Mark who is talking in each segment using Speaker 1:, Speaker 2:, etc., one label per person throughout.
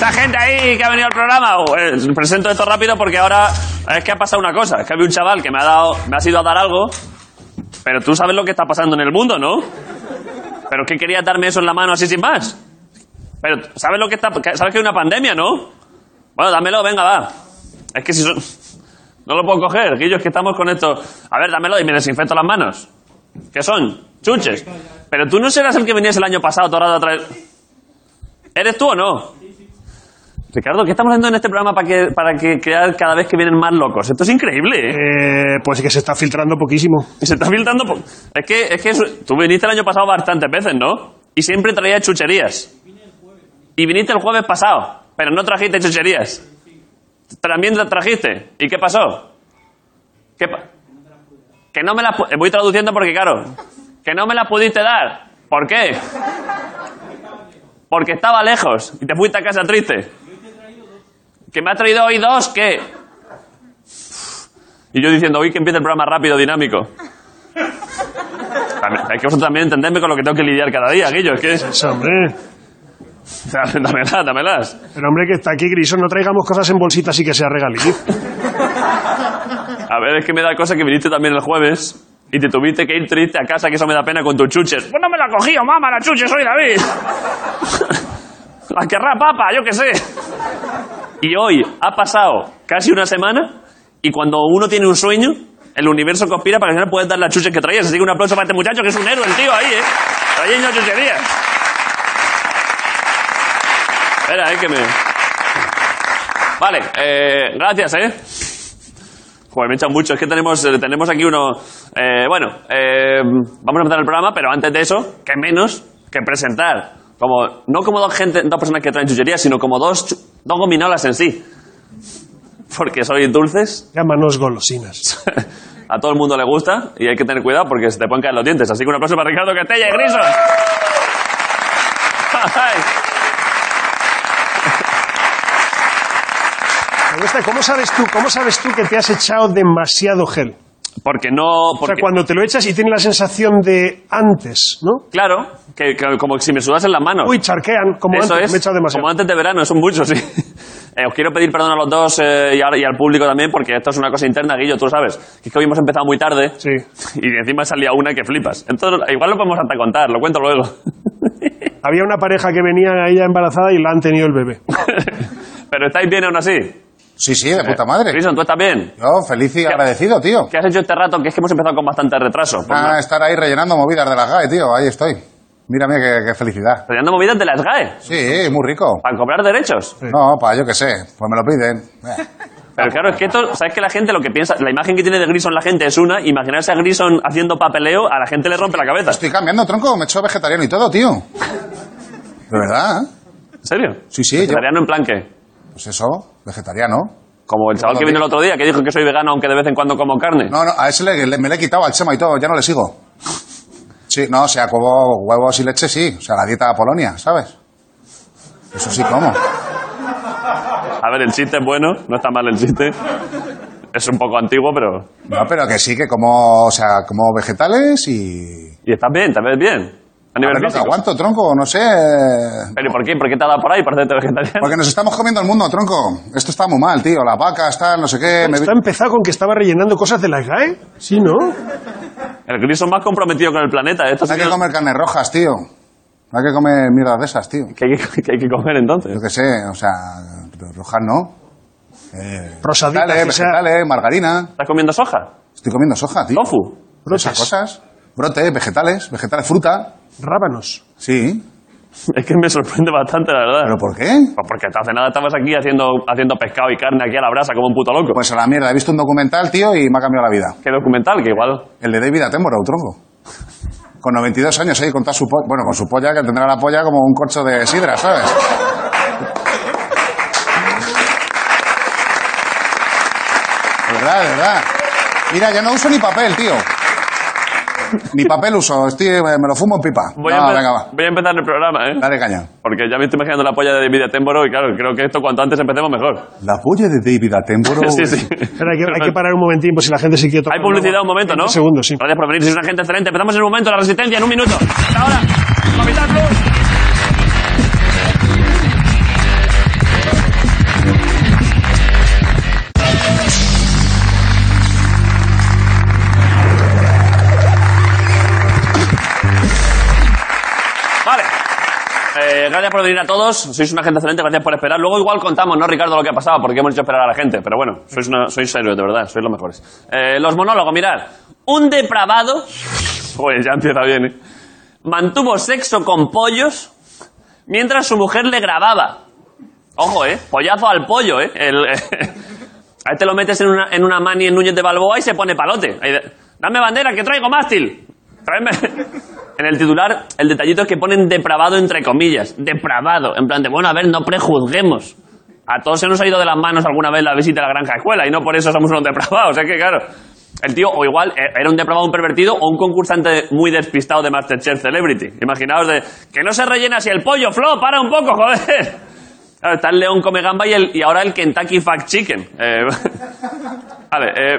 Speaker 1: Dani, que ha venido al programa. Pues, presento esto rápido porque ahora es que ha pasado una cosa. Es que había un chaval que me ha dado, me ha sido a dar algo. Pero tú sabes lo que está pasando en el mundo, ¿no? Pero es que querías darme eso en la mano así sin más. Pero sabes lo que está, que- sabes que hay una pandemia, ¿no? Bueno, dámelo, venga, va. Es que si son- no lo puedo coger, Guillo, es que estamos con esto. A ver, dámelo y me desinfecto las manos. ¿Qué son? Chuches. Pero tú no serás el que venías el año pasado, torrado a traer. ¿Eres tú o no? Ricardo, ¿qué estamos haciendo en este programa para que, para que crear cada vez que vienen más locos? Esto es increíble, ¿eh?
Speaker 2: Eh, pues que se está filtrando poquísimo.
Speaker 1: Se está filtrando. po- Es que, es que eso- tú viniste el año pasado bastantes veces, ¿no? Y siempre traías chucherías. Y viniste el jueves pasado, pero no trajiste chucherías. También las trajiste. ¿Y qué pasó? ¿Qué pa- que no me las pu- eh, voy traduciendo porque claro, que no me las pudiste dar. ¿Por qué? Porque estaba lejos y te fuiste a casa triste. Que me ha traído hoy dos que y yo diciendo, hoy que empieza el programa rápido, dinámico. También- Es que vosotros también entendedme con lo que tengo que lidiar cada día, Guillo. Es que.
Speaker 2: Eso, hombre.
Speaker 1: Dámelas, dámelas.
Speaker 2: Pero hombre, que está aquí Griso, no traigamos cosas en bolsitas y que sea regaliz.
Speaker 1: A ver, es que me da cosa que viniste también el jueves y te tuviste que ir triste a casa, que eso me da pena con tus chuches. Pues no me la cogí, oh, mamá, la chuche, soy David. la querrá papa, yo qué sé. Y hoy ha pasado casi una semana y cuando uno tiene un sueño, el universo conspira para que no puedas dar las chuches que traías. Así que un aplauso para este muchacho que es un héroe, el tío ahí, ¿eh? Trayendo chucherías. Espera, eh, que me... Vale, eh, gracias, eh. Joder, me he echado mucho. Es que tenemos, eh, tenemos aquí uno. eh, bueno, eh, vamos a empezar el programa, pero antes de eso, que menos que presentar. Como, no como dos, gente, dos personas que traen chucherías, sino como dos, chu- dos gominolas en sí. Porque soy dulces,
Speaker 2: Llámanos golosinas.
Speaker 1: a todo el mundo le gusta y hay que tener cuidado porque se te pueden caer los dientes. Así que un aplauso para Ricardo Catella y Grison. Ay.
Speaker 2: Me gusta, ¿Cómo sabes tú, cómo sabes tú que te has echado demasiado gel?
Speaker 1: Porque no.
Speaker 2: O sea,
Speaker 1: Porque,
Speaker 2: cuando te lo echas y tienes la sensación de antes, ¿no?
Speaker 1: Claro, que, que como si me sudasen las manos.
Speaker 2: Uy, charquean, como
Speaker 1: Eso
Speaker 2: antes,
Speaker 1: es.
Speaker 2: me he echado demasiado.
Speaker 1: Como antes de verano, son muchos, sí. Eh, os quiero pedir perdón a los dos eh, y, al- y al público también, porque esto es una cosa interna, Guillo, tú sabes. Que es que hoy hemos empezado muy tarde
Speaker 2: Sí.
Speaker 1: y encima salía una que flipas. Entonces, igual lo podemos hasta contar, lo cuento luego.
Speaker 2: Había una pareja que venía ella embarazada y la han tenido el bebé.
Speaker 1: Pero estáis bien aún así.
Speaker 3: Sí, sí, de puta madre.
Speaker 1: Grison, tú estás bien.
Speaker 3: Yo feliz y agradecido, tío.
Speaker 1: ¿Qué has hecho este rato? Que es que hemos empezado con bastante retraso. Pues,
Speaker 3: Ah, estar ahí rellenando movidas de las GAE, tío. Ahí estoy. Mira, mira qué, qué felicidad.
Speaker 1: rellenando movidas de las GAE
Speaker 3: Sí, muy rico.
Speaker 1: para cobrar derechos.
Speaker 3: No, pa, yo qué sé. Pues me lo piden. Eh.
Speaker 1: Pero claro, es que esto, sabes que la gente lo que piensa, la imagen que tiene de Grison la gente es una, imaginarse a Grison haciendo papeleo, a la gente le rompe la cabeza.
Speaker 3: Estoy cambiando, tronco. Me he hecho vegetariano y todo, tío. De verdad, ¿eh?
Speaker 1: ¿En serio?
Speaker 3: Sí, sí, yo-
Speaker 1: Vegetariano en plan que.
Speaker 3: Pues eso, vegetariano.
Speaker 1: Como el chaval que vino el otro día que dijo que soy vegano aunque de vez en cuando como carne.
Speaker 3: No, no, a ese le- le- me le he quitado al Chema y todo, ya no le sigo. Sí, no, o sea, como huevos y leche sí, o sea, la dieta Polonia, ¿sabes? Eso sí como.
Speaker 1: A ver, el chiste es bueno, no está mal el chiste. Es un poco antiguo, pero...
Speaker 3: No, pero que sí, que como, o sea, como vegetales y...
Speaker 1: Y estás bien, te ves bien. A
Speaker 3: A
Speaker 1: nivel
Speaker 3: ver, no te
Speaker 1: físico.
Speaker 3: aguanto, tronco, no sé...
Speaker 1: Pero ¿y ¿por qué? ¿Por qué te ha dado por ahí para hacerte vegetariano?
Speaker 3: Porque nos estamos comiendo el mundo, tronco. Esto está muy mal, tío. Las vacas, tal, no sé qué... me-
Speaker 2: Esto ha empezado con que estaba rellenando cosas de las GAE. Sí, ¿no?
Speaker 1: El griso más comprometido con el planeta. Esto sí
Speaker 3: Hay
Speaker 1: que-
Speaker 3: que comer carnes rojas, tío. Hay que comer mierdas de esas, tío.
Speaker 1: que hay que- que hay que comer entonces?
Speaker 3: Yo qué sé, o sea, rojas no. Eh,
Speaker 2: Rosaditas,
Speaker 3: vegetales,
Speaker 2: o sea-
Speaker 3: vegetales, margarina...
Speaker 1: ¿Estás comiendo soja?
Speaker 3: Estoy comiendo soja, tío.
Speaker 1: ¿Tofu?
Speaker 3: Esas cosas. Brotes, vegetales, vegetales, fruta.
Speaker 2: Rábanos.
Speaker 3: Sí.
Speaker 1: Es que me sorprende bastante, la verdad.
Speaker 3: ¿Pero por qué?
Speaker 1: Pues porque hace nada estabas aquí haciendo, haciendo pescado y carne aquí a la brasa como un puto loco.
Speaker 3: Pues a la mierda, he visto un documental, tío, y me ha cambiado la vida.
Speaker 1: Qué documental, que igual...
Speaker 3: El de David Attenborough, tronco. Con 92 años ahí, con toda su polla. Bueno, con su polla, que tendrá la polla como un corcho de sidra, ¿sabes? De verdad, de verdad. Mira, ya no uso ni papel, tío. Ni papel uso, estoy, eh, me lo fumo en pipa.
Speaker 1: Voy, a
Speaker 3: no,
Speaker 1: empe-
Speaker 3: venga, va.
Speaker 1: voy a empezar el programa, ¿eh?
Speaker 3: Dale caña.
Speaker 1: Porque ya me estoy imaginando la polla de David Attenborough y claro, creo que esto cuanto antes empecemos mejor.
Speaker 3: La polla de David Attenborough.
Speaker 1: sí, sí.
Speaker 2: Pero hay que, hay que parar un momentín, pues si la gente se quiere tomar
Speaker 1: Hay publicidad un momento, ¿no?
Speaker 2: segundo, sí.
Speaker 1: Gracias por venir, sois una gente excelente. Empezamos en un momento, la resistencia, en un minuto. Hasta ahora, Capitán Plus. Vale. Eh, gracias por venir a todos. Sois una gente excelente, gracias por esperar. Luego igual contamos, ¿no, Ricardo, lo que ha pasado? Porque hemos hecho esperar a la gente. Pero bueno, sois, una, sois serios, de verdad, sois los mejores. Eh, los monólogos, mirad. Un depravado. Pues ya empieza bien, ¿eh? Mantuvo sexo con pollos mientras su mujer le grababa. Ojo, ¿eh? Pollazo al pollo, ¿eh? El- a este lo metes en una, en una mani en Núñez de Balboa y se pone palote. Ahí de- Dame bandera, que traigo mástil. Tráeme. En el titular, el detallito es que ponen depravado entre comillas. Depravado. En plan de, bueno, a ver, no prejuzguemos. A todos se nos ha ido de las manos alguna vez la visita a la granja escuela y no por eso somos unos depravados. Es que, claro, el tío o igual eh, era un depravado, un pervertido o un concursante muy despistado de Masterchef Celebrity. Imaginaos de, que no se rellena si el pollo, Flo, para un poco, joder. Claro, está el León Come Gamba y, el- y ahora el Kentucky Fact Chicken. Eh, a ver, eh,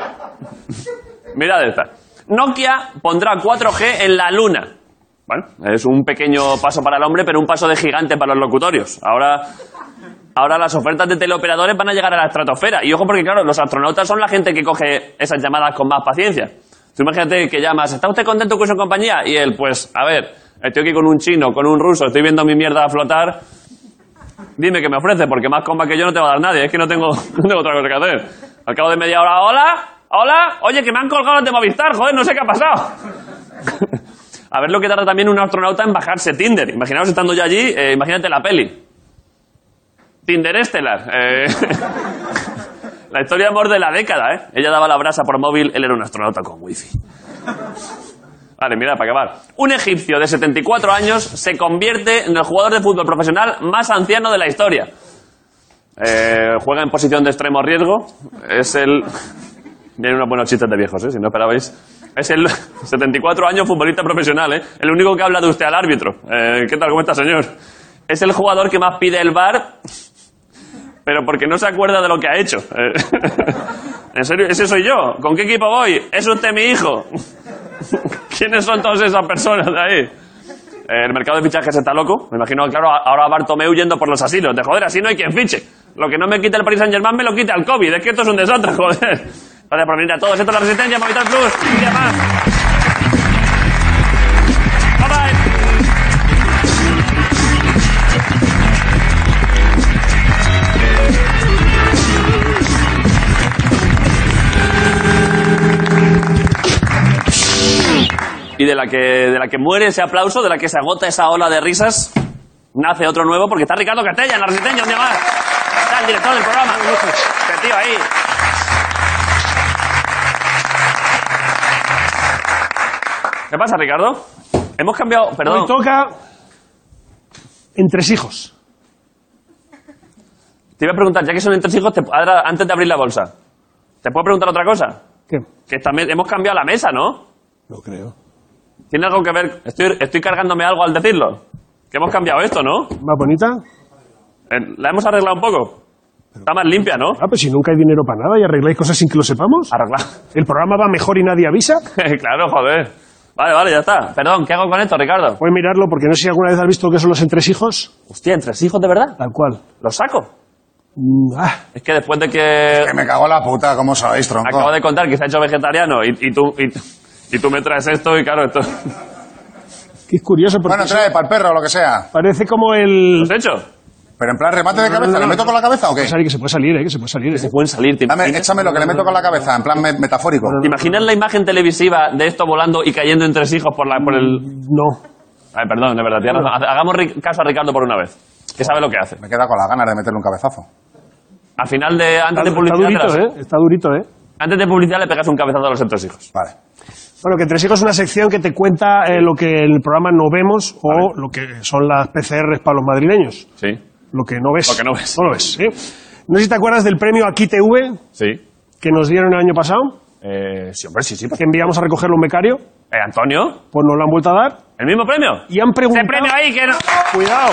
Speaker 1: mirad esta. Nokia pondrá 4G en la luna. Bueno, es un pequeño paso para el hombre, pero un paso de gigante para los locutorios. Ahora, ahora las ofertas de teleoperadores van a llegar a la estratosfera. Y ojo porque, claro, los astronautas son la gente que coge esas llamadas con más paciencia. Tú imagínate que llamas, ¿está usted contento con su compañía? Y él, pues, a ver, estoy aquí con un chino, con un ruso, estoy viendo mi mierda flotar. Dime que me ofrece, porque más comba que yo no te va a dar nadie. Es que no tengo, no tengo otra cosa que hacer. Al cabo de media hora, hola, hola, oye, que me han colgado los de Movistar, joder, no sé qué ha pasado. a ver lo que tarda también un astronauta en bajarse Tinder. Imaginaos estando ya allí, eh, imagínate la peli. Tinder Estelar. eh. la historia de amor de la década, ¿eh? Ella daba la brasa por móvil, él era un astronauta con wifi. Vale, mira, para acabar. Un egipcio de 74 años se convierte en el jugador de fútbol profesional más anciano de la historia. Eh, juega en posición de extremo riesgo. Es el. Vienen unos buenos chistes de viejos, ¿eh? si no esperabais. Es el 74 años futbolista profesional, ¿eh? el único que habla de usted al árbitro. Eh, ¿Qué tal, cómo está, señor? Es el jugador que más pide el bar pero porque no se acuerda de lo que ha hecho. Eh, en serio, ese soy yo. ¿Con qué equipo voy? ¿Es usted mi hijo? ¿Quiénes son todas esas personas de ahí? Eh, El mercado de fichajes está loco. Me imagino, claro, a- ahora Bartomeu yendo por los asilos. De joder, así no hay quien fiche. Lo que no me quita el Paris Saint Germain me lo quita el COVID. Es que esto es un desastre, joder. Gracias por venir a todos. Esto es La Resistencia, Movistar Plus. Un día más. Bye bye. Y de la que, de la que muere ese aplauso, de la que se agota esa ola de risas, nace otro nuevo porque está Ricardo Castella en la Resistencia, un día más. Está el director del programa. Este tío ahí. ¿Qué pasa, Ricardo? Hemos cambiado. Perdón.
Speaker 2: Hoy toca entresijos.
Speaker 1: Te iba a preguntar, ya que son entresijos, te- ahora, antes de abrir la bolsa, ¿te puedo preguntar otra cosa?
Speaker 2: ¿Qué?
Speaker 1: Que esta me- hemos cambiado la mesa, ¿no?
Speaker 2: No creo.
Speaker 1: ¿Tiene algo que ver? Estoy, estoy cargándome algo al decirlo. Que hemos cambiado esto, ¿no?
Speaker 2: ¿Más bonita?
Speaker 1: Eh, La hemos arreglado un poco. Está más limpia, ¿no?
Speaker 2: Ah, pues si nunca hay dinero para nada y arregláis cosas sin que lo sepamos.
Speaker 1: Arreglado.
Speaker 2: El programa va mejor y nadie avisa.
Speaker 1: claro, joder. Vale, vale, ya está. Perdón, ¿qué hago con esto, Ricardo?
Speaker 2: Voy a mirarlo porque no sé si alguna vez has visto qué son los entresijos.
Speaker 1: Hostia, ¿tres hijos de verdad?
Speaker 2: Tal cual.
Speaker 1: ¿Los saco?
Speaker 2: Mm, ah,
Speaker 1: Es que después de que
Speaker 3: Que me cago en la puta, ¿cómo sabéis, tronco?
Speaker 1: acabo de contar que se ha hecho vegetariano y, y tú, y- y tú me traes esto y claro, esto... ¿Lo
Speaker 2: qué curioso porque
Speaker 3: Bueno, trae para el perro o lo que sea.
Speaker 2: parece como el...
Speaker 1: has hecho?
Speaker 3: Pero en plan, remate de cabeza,
Speaker 2: no,
Speaker 3: ¿le
Speaker 2: no.
Speaker 3: meto con la cabeza o qué?
Speaker 2: Sari, que se puede salir, eh, que se puede salir. eh.
Speaker 1: Se pueden salir, ¿te
Speaker 3: Dame,
Speaker 1: imaginas?
Speaker 3: échame lo que le meto con la cabeza, en plan me- metafórico.
Speaker 1: ¿Te imaginas la imagen televisiva de esto volando y cayendo en tres hijos por, la, por el...?
Speaker 2: No.
Speaker 1: Ay, perdón, de verdad, tienes razón. Ha- Hagamos ri- caso a Ricardo por una vez, que sabe lo que hace.
Speaker 3: Me queda con las ganas de meterle un cabezazo.
Speaker 1: Al final de... Antes de
Speaker 2: Está, está
Speaker 1: publicidad... te las-
Speaker 2: durito, eh. Está durito, eh.
Speaker 1: Antes de publicidad le pegas un cabezazo a los entresijos.
Speaker 3: Vale.
Speaker 2: Bueno, que Entresijos es una sección que te cuenta eh, lo que en el programa no vemos o lo que son las PCRs para los madrileños.
Speaker 1: Sí,
Speaker 2: Lo que no ves.
Speaker 1: Lo que no ves.
Speaker 2: lo ves, ¿sí? No sé si te acuerdas del premio Aquí TV
Speaker 1: sí.
Speaker 2: que nos dieron el año pasado,
Speaker 1: Eh, sí, hombre, sí, sí.
Speaker 2: que enviamos a recogerlo a un becario,
Speaker 1: Eh, Antonio,
Speaker 2: pues nos lo han vuelto a dar
Speaker 1: ¿el mismo premio?
Speaker 2: y han
Speaker 1: ¡Ese
Speaker 2: preguntado...
Speaker 1: premio ahí que no!
Speaker 2: Cuidado.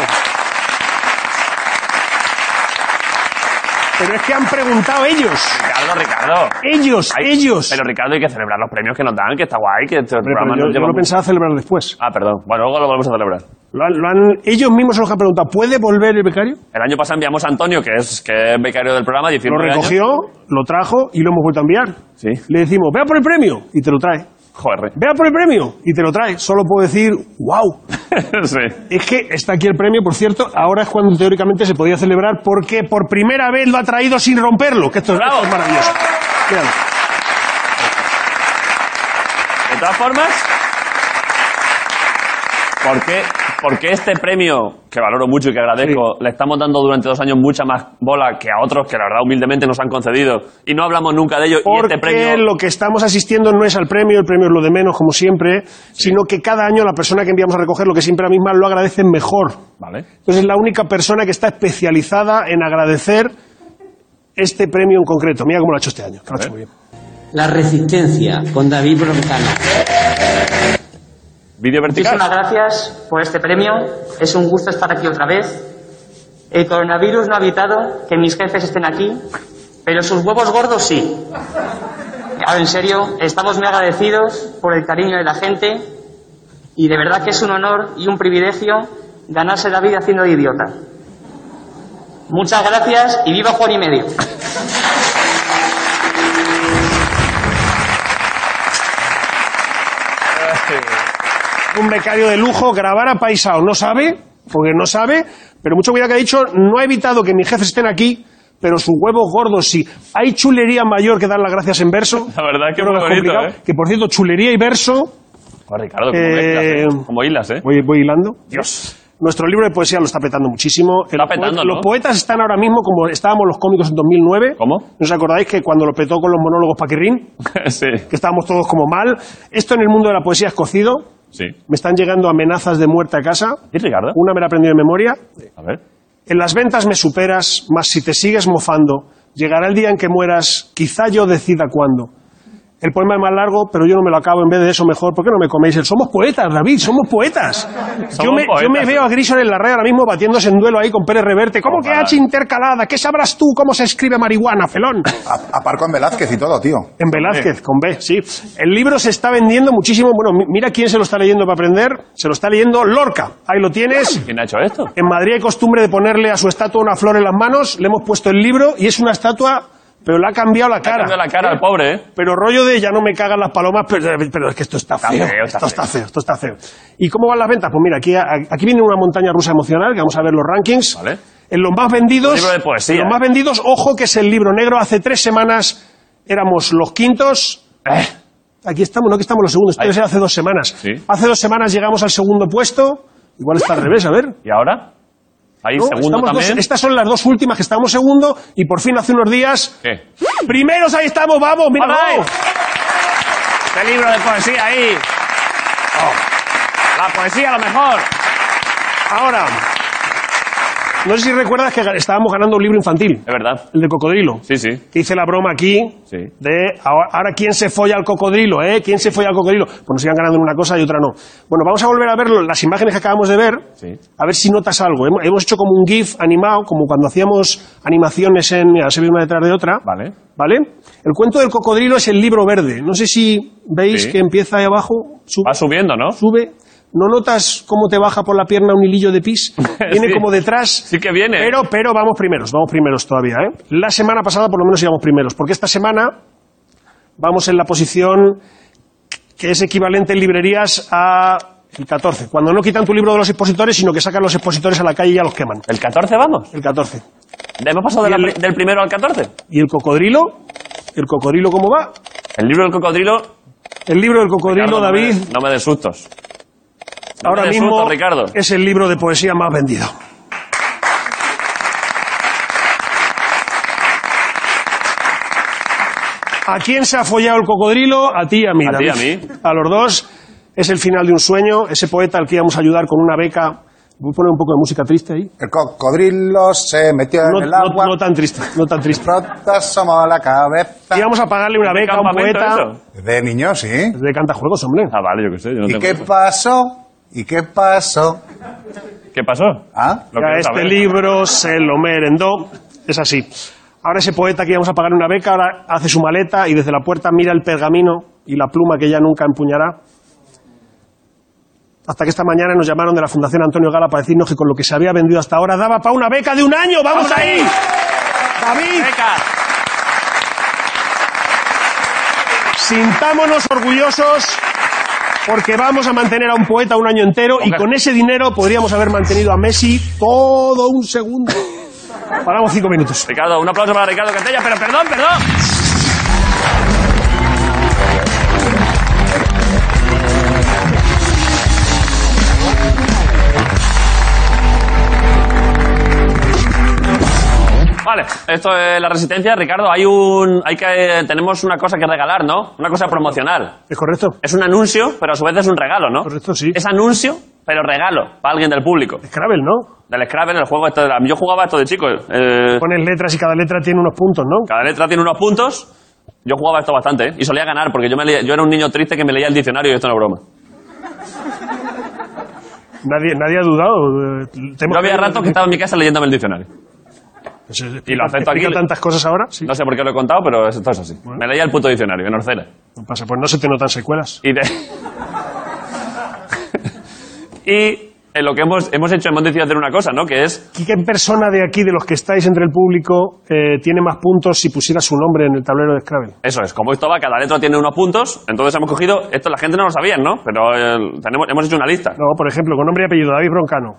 Speaker 2: Pero es que han preguntado ellos.
Speaker 1: Ricardo, Ricardo.
Speaker 2: Ellos,
Speaker 1: Hay-
Speaker 2: ellos.
Speaker 1: Pero Ricardo, hay que celebrar los premios que nos dan, que está guay, que este
Speaker 2: Hombre, pero
Speaker 1: programa
Speaker 2: yo,
Speaker 1: nos
Speaker 2: yo
Speaker 1: lleva
Speaker 2: lo
Speaker 1: mucho-
Speaker 2: pensaba celebrar después.
Speaker 1: Ah, perdón. Bueno, luego lo volvemos a celebrar.
Speaker 2: Lo han- lo han- ellos mismos son los que han preguntado, ¿puede volver el becario?
Speaker 1: El año pasado enviamos a Antonio, que es, que es becario del programa, 19
Speaker 2: Lo recogió, lo trajo y lo hemos vuelto a enviar.
Speaker 1: años. Sí.
Speaker 2: Le decimos, vea por el premio y te lo trae.
Speaker 1: Joder.
Speaker 2: Vea por el premio y te lo trae. Solo puedo decir, wow.
Speaker 1: sí.
Speaker 2: Es que está aquí el premio, por cierto. Ahora es cuando teóricamente se podía celebrar porque por primera vez lo ha traído sin romperlo. Que esto, es-
Speaker 1: Bravo. este
Speaker 2: esto es maravilloso. Míralo.
Speaker 1: De todas formas, ¿por qué, por qué este premio, que valoro mucho y que agradezco, le estamos dando durante dos años mucha más bola que a otros que la verdad humildemente nos han concedido y no hablamos nunca de ello? y
Speaker 2: Porque
Speaker 1: este premio.
Speaker 2: lo que estamos asistiendo no es al premio, el premio es lo de menos, como siempre, sino que cada año la persona que enviamos a recoger lo que siempre la misma lo agradece mejor.
Speaker 1: Vale.
Speaker 2: Entonces es la única persona que está especializada en agradecer este premio en concreto. Mira cómo lo ha hecho este año. que lo ha hecho muy bien.
Speaker 4: La resistencia con David Broncano.
Speaker 1: Vídeo vertical.
Speaker 5: Muchísimas gracias por este premio. Es un gusto estar aquí otra vez. El coronavirus no ha evitado que mis jefes estén aquí, pero sus huevos gordos sí. Ahora, en serio, estamos muy agradecidos por el cariño de la gente y de verdad que es un honor y un privilegio ganarse la vida haciendo de idiota. Muchas gracias y viva Juan y medio.
Speaker 2: Un becario de lujo, grabar a Paisao. No sabe, porque no sabe, pero mucho cuidado que ha dicho, no ha evitado que mis jefes estén aquí, pero sus huevos gordos sí. ¿Hay chulería mayor que dar las gracias en verso?
Speaker 1: La verdad es que
Speaker 2: Creo
Speaker 1: muy
Speaker 2: es
Speaker 1: bonito,
Speaker 2: complicado.
Speaker 1: ¿eh?
Speaker 2: Que por cierto, chulería y verso...
Speaker 1: Joder, Oh, Ricardo, como,
Speaker 2: Eh,
Speaker 1: como hilas, ¿eh?
Speaker 2: Voy, voy hilando.
Speaker 1: Dios.
Speaker 2: Nuestro libro de poesía lo está petando muchísimo.
Speaker 1: Está
Speaker 2: Los poetas-
Speaker 1: petando, ¿no?
Speaker 2: Los poetas están ahora mismo como estábamos los cómicos en 2009.
Speaker 1: ¿Cómo?
Speaker 2: ¿No os acordáis que cuando lo petó con los monólogos Paquirrín,
Speaker 1: sí,
Speaker 2: que estábamos todos como mal? Esto en el mundo de la poesía es cocido.
Speaker 1: sí.
Speaker 2: Me están llegando amenazas de muerte a casa.
Speaker 1: ¿Y Ricardo?
Speaker 2: Una me la he aprendido de memoria.
Speaker 1: A ver.
Speaker 2: En las ventas me superas, mas si te sigues mofando, llegará el día en que mueras, quizá yo decida cuándo. El poema es más largo, pero yo no me lo acabo. En vez de eso, mejor, ¿por qué no me coméis el? Somos poetas, David, somos poetas. yo,
Speaker 1: Somos
Speaker 2: me, yo me
Speaker 1: poetas, eh.
Speaker 2: veo a Grison en la red ahora mismo batiéndose en duelo ahí con Pérez Reverte. ¿Cómo que
Speaker 1: Ojalá.
Speaker 2: H intercalada? ¿Qué sabrás tú cómo se escribe marihuana, felón?
Speaker 3: A, aparco en Velázquez y todo, tío.
Speaker 2: En Velázquez, con B, sí. El libro se está vendiendo muchísimo. Bueno, mi- mira quién se lo está leyendo para aprender. Se lo está leyendo Lorca. Ahí lo tienes.
Speaker 1: ¿Quién ha hecho esto?
Speaker 2: En Madrid hay costumbre de ponerle a su estatua una flor en las manos. Le hemos puesto el libro y es una estatua, pero le ha cambiado la cara.
Speaker 1: Cambiando la cara al pobre, ¿eh?
Speaker 2: Pero rollo de ya no me cagan las palomas, pero, pero es que esto está feo.
Speaker 1: feo, está
Speaker 2: esto está feo, esto está feo. ¿Y cómo van las ventas? Pues mira, aquí, aquí viene una montaña rusa emocional, que vamos a ver los rankings.
Speaker 1: Vale.
Speaker 2: En los más vendidos.
Speaker 1: Un libro de poesía,
Speaker 2: en los más
Speaker 1: eh.
Speaker 2: vendidos, ojo que es el libro negro. Hace tres semanas éramos los quintos.
Speaker 1: Eh,
Speaker 2: Aquí estamos, no, aquí estamos los segundos. Esto
Speaker 1: Ahí.
Speaker 2: debe ser hace dos semanas.
Speaker 1: Sí.
Speaker 2: Hace dos semanas llegamos al segundo puesto. Igual está al revés, a ver.
Speaker 1: ¿Y ahora? Ahí,
Speaker 2: ¿no?
Speaker 1: segundo
Speaker 2: Estamos dos-
Speaker 1: también.
Speaker 2: estas son las dos últimas que estábamos segundo y por fin hace unos días.
Speaker 1: ¿Qué?
Speaker 2: ¡Primeros ahí estamos! ¡Vamos! ¡Mira!
Speaker 1: All right.
Speaker 2: vamos!
Speaker 1: Este libro de poesía ahí. La poesía, lo mejor.
Speaker 2: Ahora. No sé si recuerdas que ga- estábamos ganando un libro infantil,
Speaker 1: Es verdad.
Speaker 2: el de cocodrilo.
Speaker 1: Sí, sí.
Speaker 2: Que hice la broma aquí
Speaker 1: Sí.
Speaker 2: de ahora, ahora quién se folla al cocodrilo, ¿eh? ¿Quién se folla al cocodrilo? Pues nos iban ganando en una cosa y otra no. Bueno, vamos a volver a ver lo- las imágenes que acabamos de ver,
Speaker 1: Sí.
Speaker 2: a ver si notas algo. Hemos, hemos hecho como un GIF animado, como cuando hacíamos animaciones en. Mira, se ve una detrás de otra.
Speaker 1: Vale.
Speaker 2: ¿Vale? El cuento del cocodrilo es el libro verde. No sé si veis
Speaker 1: Sí.
Speaker 2: que empieza ahí abajo, sube,
Speaker 1: Va subiendo, ¿no?
Speaker 2: sube. ¿No notas cómo te baja por la pierna un hilillo de pis? Viene
Speaker 1: Sí.
Speaker 2: como detrás.
Speaker 1: Sí que viene.
Speaker 2: Pero, pero vamos primeros, vamos primeros todavía. ¿eh? La semana pasada por lo menos íbamos primeros, porque esta semana vamos en la posición que es equivalente en librerías a el 14. Cuando no quitan tu libro de los expositores, sino que sacan los expositores a la calle y ya los queman.
Speaker 1: ¿El 14 vamos?
Speaker 2: El 14.
Speaker 1: ¿Hemos pasado de la
Speaker 2: Y el-
Speaker 1: pri- del primero al 14?
Speaker 2: ¿Y el cocodrilo? ¿El cocodrilo cómo va?
Speaker 1: El libro del cocodrilo...
Speaker 2: El libro del cocodrilo,
Speaker 1: Ricardo, no me-
Speaker 2: David,
Speaker 1: No me des sustos. No
Speaker 2: ahora
Speaker 1: me des
Speaker 2: mismo
Speaker 1: sustos, Ricardo.
Speaker 2: es el libro de poesía más vendido. ¿A quién se ha follado el cocodrilo? A ti y a mí.
Speaker 1: A ti y a
Speaker 2: David.
Speaker 1: mí.
Speaker 2: A los dos. Es el final de un sueño. Ese poeta al que íbamos a ayudar con una beca. Voy a poner un poco de música triste ahí.
Speaker 3: El cocodrilo se metió en
Speaker 2: No,
Speaker 3: el
Speaker 2: no-
Speaker 3: agua.
Speaker 2: no tan triste, no tan triste.
Speaker 3: Pronto asomó la cabeza.
Speaker 2: Íbamos a pagarle una beca a un
Speaker 1: campamento
Speaker 2: poeta
Speaker 1: eso?
Speaker 3: De niño, sí.
Speaker 2: de Cantajuegos, hombre.
Speaker 1: Ah, vale, yo qué sé. Yo no
Speaker 3: ¿Y
Speaker 1: tengo-
Speaker 3: qué pasó? ¿Y qué pasó?
Speaker 1: ¿Qué pasó?
Speaker 3: ¿Ah?
Speaker 1: Lo
Speaker 2: Ya
Speaker 1: quiero
Speaker 2: este
Speaker 1: saber.
Speaker 2: libro se lo merendó. Es así. Ahora ese poeta que íbamos a pagar una beca, ahora hace su maleta y desde la puerta mira el pergamino y la pluma que ya nunca empuñará. Hasta que esta mañana nos llamaron de la Fundación Antonio Gala para decirnos que con lo que se había vendido hasta ahora daba para una beca de un año. ¡Vamos ahí! ¡David!
Speaker 1: Beca.
Speaker 2: Sintámonos orgullosos porque vamos a mantener a un poeta un año entero y
Speaker 1: Hombre.
Speaker 2: con ese dinero podríamos haber mantenido a Messi todo un segundo. Paramos cinco minutos.
Speaker 1: Ricardo, un aplauso para Ricardo Cantella, pero perdón, perdón. Vale, esto es la resistencia. Ricardo, hay un, hay que, tenemos una cosa que regalar, ¿no? Una cosa promocional.
Speaker 2: ¿Es correcto?
Speaker 1: Es un anuncio, pero a su vez es un regalo, ¿no?
Speaker 2: Correcto, sí.
Speaker 1: Es anuncio, pero regalo para alguien del público.
Speaker 2: Scrabble, ¿no?
Speaker 1: Del Scrabble, el juego este de la- Yo jugaba esto de chico. eh,
Speaker 2: Pones letras y cada letra tiene unos puntos, ¿no?
Speaker 1: cada letra tiene unos puntos. Yo jugaba esto bastante ¿eh? y solía ganar porque yo, me leía- yo era un niño triste que me leía el diccionario y esto no es broma.
Speaker 2: Nadie, nadie ha dudado. eh, te hemos
Speaker 1: Yo había
Speaker 2: caído-
Speaker 1: rato que estaba en mi casa leyéndome el diccionario.
Speaker 2: Pues, eh,
Speaker 1: y lo acepto
Speaker 2: explica
Speaker 1: aquí.
Speaker 2: tantas cosas ahora? Sí.
Speaker 1: No sé por qué lo he contado, pero esto es así. Me leía el puto diccionario en Orcela.
Speaker 2: No pasa, pues no se te notan secuelas.
Speaker 1: Y, de... y en lo que hemos, hemos hecho, hemos decidido hacer una cosa, ¿no? Que es
Speaker 2: ¿Qué qué persona de aquí, de los que estáis entre el público, eh, tiene más puntos si pusiera su nombre en el tablero de Scrabble?
Speaker 1: Eso es, como esto va, cada letra tiene unos puntos, entonces hemos cogido, esto la gente no lo sabía, ¿no? Pero eh, tenemos, hemos hecho una lista.
Speaker 2: No, por ejemplo, con nombre y apellido, David Broncano.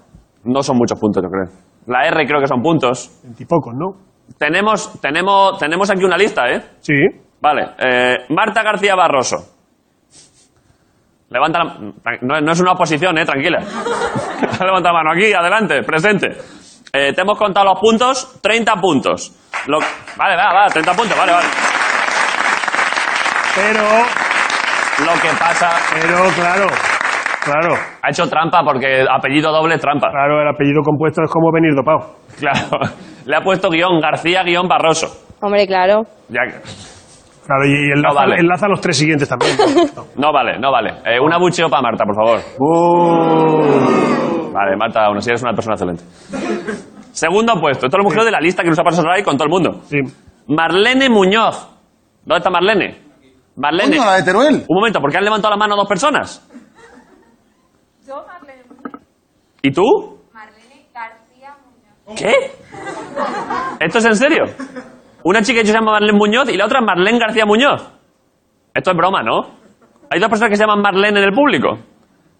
Speaker 1: No son muchos puntos, yo creo. La R creo que son puntos.
Speaker 2: Veintipocos, ¿no?
Speaker 1: Tenemos, tenemos, tenemos aquí una lista, ¿eh?
Speaker 2: Sí.
Speaker 1: Vale, eh, Marta García Barroso. Levanta la tra- no, no es una oposición, eh, tranquila. Levanta la mano aquí, adelante, presente. Eh, te hemos contado los puntos, 30 puntos. Lo- vale, va, va, 30 puntos, vale, vale.
Speaker 2: Pero,
Speaker 1: Lo que pasa,
Speaker 2: pero, claro, claro,
Speaker 1: ha hecho trampa porque apellido doble es trampa.
Speaker 2: claro, el apellido compuesto es como venir dopado.
Speaker 1: Claro. Le ha puesto guión García guión Barroso.
Speaker 6: Hombre, claro.
Speaker 1: Ya que-
Speaker 2: Claro, y, y enlaza,
Speaker 1: No vale.
Speaker 2: enlaza los tres siguientes también. No.
Speaker 1: No vale, no vale. Eh, un abucheo para Marta, por favor. Vale, Marta, aún así eres una persona excelente. Segundo puesto. Esto lo hemos cogido de la lista que nos ha pasado Sarai con todo el mundo.
Speaker 2: Sí.
Speaker 1: Marlene Muñoz. ¿Dónde está Marlene? Marlene.
Speaker 3: Coño, la de Teruel.
Speaker 1: Un momento, ¿por qué han levantado la mano dos personas?
Speaker 7: Yo, Marlene Muñoz.
Speaker 1: ¿Y tú?
Speaker 7: Marlene García Muñoz.
Speaker 1: ¿Qué? ¿Esto es en serio? Una chica que se llama Marlene Muñoz y la otra Marlene García Muñoz. Esto es broma, ¿no? Hay dos personas que se llaman Marlene en el público.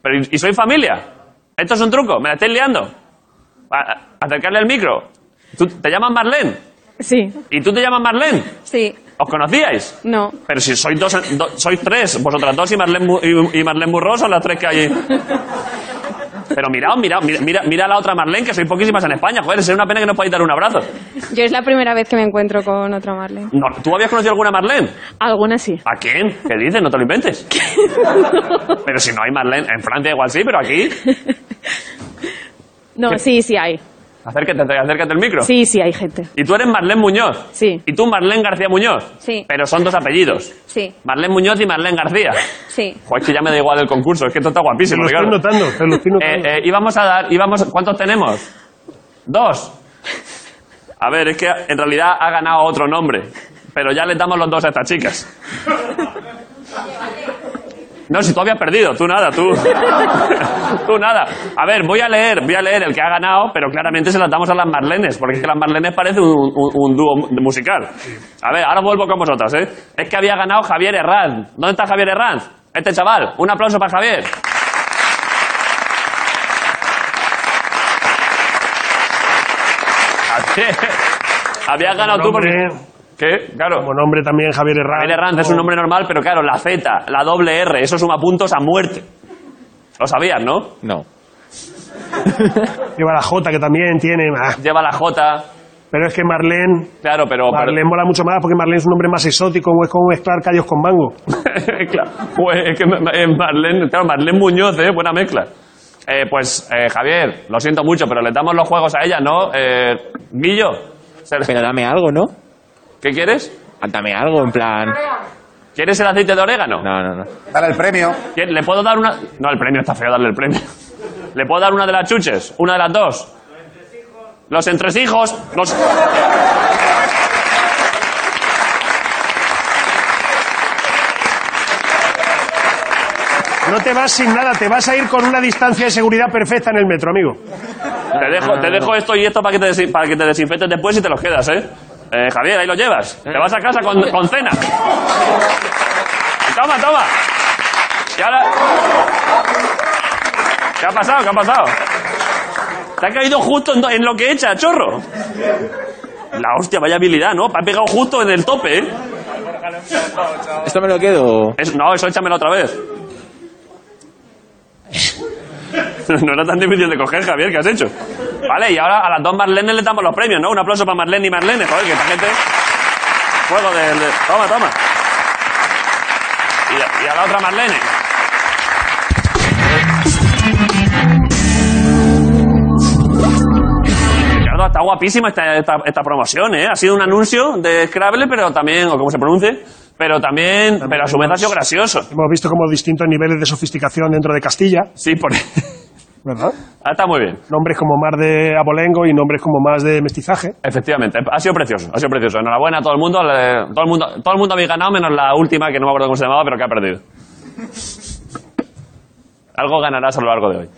Speaker 1: Pero, ¿y, y soy familia? Esto es un truco, me la estáis liando. A- a- acercarle el micro. ¿Tú, ¿Te llamas Marlene?
Speaker 6: Sí,
Speaker 1: ¿Y tú te llamas Marlene?
Speaker 6: sí,
Speaker 1: ¿Os conocíais?
Speaker 6: no.
Speaker 1: Pero si sois, dos, do- sois tres, vosotras dos y Marlene, Mu- y, y Marlene Murro son las tres que hay. Pero miraos, miraos, mira, mira, mira a la otra Marlene, que sois poquísimas en España. Joder, es una pena que no os podáis dar un abrazo.
Speaker 6: Yo es la primera vez que me encuentro con otra Marlene.
Speaker 1: No, ¿Tú habías conocido alguna Marlene?
Speaker 6: Alguna sí.
Speaker 1: ¿A quién? ¿Qué dices? No te lo inventes. Pero si no hay Marlene, en Francia igual sí, pero aquí.
Speaker 6: No, sí, sí hay.
Speaker 1: Acércate, acércate el micro.
Speaker 6: Sí, sí hay gente.
Speaker 1: Y tú eres Marlene Muñoz.
Speaker 6: Sí.
Speaker 1: Y tú Marlene García Muñoz.
Speaker 6: Sí.
Speaker 1: Pero son dos apellidos.
Speaker 6: Sí,
Speaker 1: Marlene Muñoz y Marlene García.
Speaker 6: sí.
Speaker 1: Joder, es que ya me da igual el concurso, es que esto está
Speaker 2: Te
Speaker 1: guapísimo,
Speaker 2: lo estoy
Speaker 1: Ricardo.
Speaker 2: notando, te lo estoy notando.
Speaker 1: Eh, eh, íbamos a dar, íbamos, ¿cuántos tenemos? Dos. A ver, es que en realidad ha ganado otro nombre, pero ya le damos los dos a estas chicas. No, si tú habías perdido, tú nada, tú. tú nada. A ver, voy a leer, voy a leer el que ha ganado, pero claramente se las damos a las Marlenes, porque es que las Marlenes parece un, un- un dúo mu- musical. A ver, ahora vuelvo con vosotras, ¿eh? Es que había ganado Javier Herranz. ¿Dónde está Javier Herranz? Este chaval. Un aplauso para Javier. Javier. Habías ganado tú porque...
Speaker 2: Nombre,
Speaker 1: ¿Qué? Claro.
Speaker 2: Como nombre también Javier Herranz.
Speaker 1: Javier Herranz es un nombre normal, pero claro, la Z, la doble R, eso suma puntos a muerte. Lo sabías, ¿no?
Speaker 8: No.
Speaker 2: Lleva la J que también tiene. ah.
Speaker 1: Lleva la J,
Speaker 2: Pero es que Marlene...
Speaker 1: claro, pero... pero-
Speaker 2: Marlene mola mucho más porque Marlene es un nombre más exótico, es como mezclar callos con mango.
Speaker 1: Claro, pues es que ma- ma- eh, Marlene, claro, Marlene Muñoz, ¿eh? Buena mezcla. Eh, pues, eh, Javier, lo siento mucho, pero le damos los juegos a ella, ¿no? Eh, Guillo, se-
Speaker 8: Pero dame algo, ¿no? Ah,
Speaker 1: ¿qué quieres?
Speaker 8: Dame algo, en plan...
Speaker 1: ¿Quieres el aceite de orégano?
Speaker 8: No, Ah, no, no.
Speaker 3: Dale el premio.
Speaker 1: ¿Qué- ¿Le puedo dar una...? No, el premio está feo, darle el premio. ¿Le puedo dar una de las chuches? ¿Una de las dos? Los entresijos. Los
Speaker 2: No te vas sin nada, te vas a ir con una distancia de seguridad perfecta en el metro, amigo.
Speaker 1: Te dejo, te dejo esto y esto para que te, desi- para que te desinfectes después y te los quedas, ¿eh? Eh, Javier, ahí lo llevas. Te vas a casa con, con cena. Toma, toma. Y ahora... ¿Qué ha pasado? ¿Qué ha pasado? Te ha caído justo en, do- en lo que echa, chorro. La hostia, vaya habilidad, ¿no? Te ha pegado justo en el tope, ¿eh?
Speaker 8: ¿Esto me lo quedo?
Speaker 1: Es- no, eso échamelo otra vez. No era tan difícil de coger, Javier, ¿qué has hecho? Vale, y ahora a las dos Marlene le damos los premios, ¿no? Un aplauso para Marlene y Marlene, joder, que esta gente. Fuego de. de- Toma, toma. Y a, y a la otra Marlene. Ricardo, está guapísima esta, esta, esta promoción, ¿eh? Ha sido un anuncio de Scrabble, pero también, o como se pronuncie, pero también, pero a su vez ha sido gracioso.
Speaker 2: Hemos visto como distintos niveles de sofisticación dentro de Castilla,
Speaker 1: Sí, por...
Speaker 2: ¿verdad?
Speaker 1: Ah, está muy bien.
Speaker 2: Nombres como más de abolengo y nombres como más de mestizaje.
Speaker 1: Efectivamente, ha sido precioso, ha sido precioso. Enhorabuena a todo el mundo, le- todo el mundo, todo el mundo habéis ganado menos la última que no me acuerdo cómo se llamaba, pero que ha perdido. Algo ganarás a lo largo de hoy.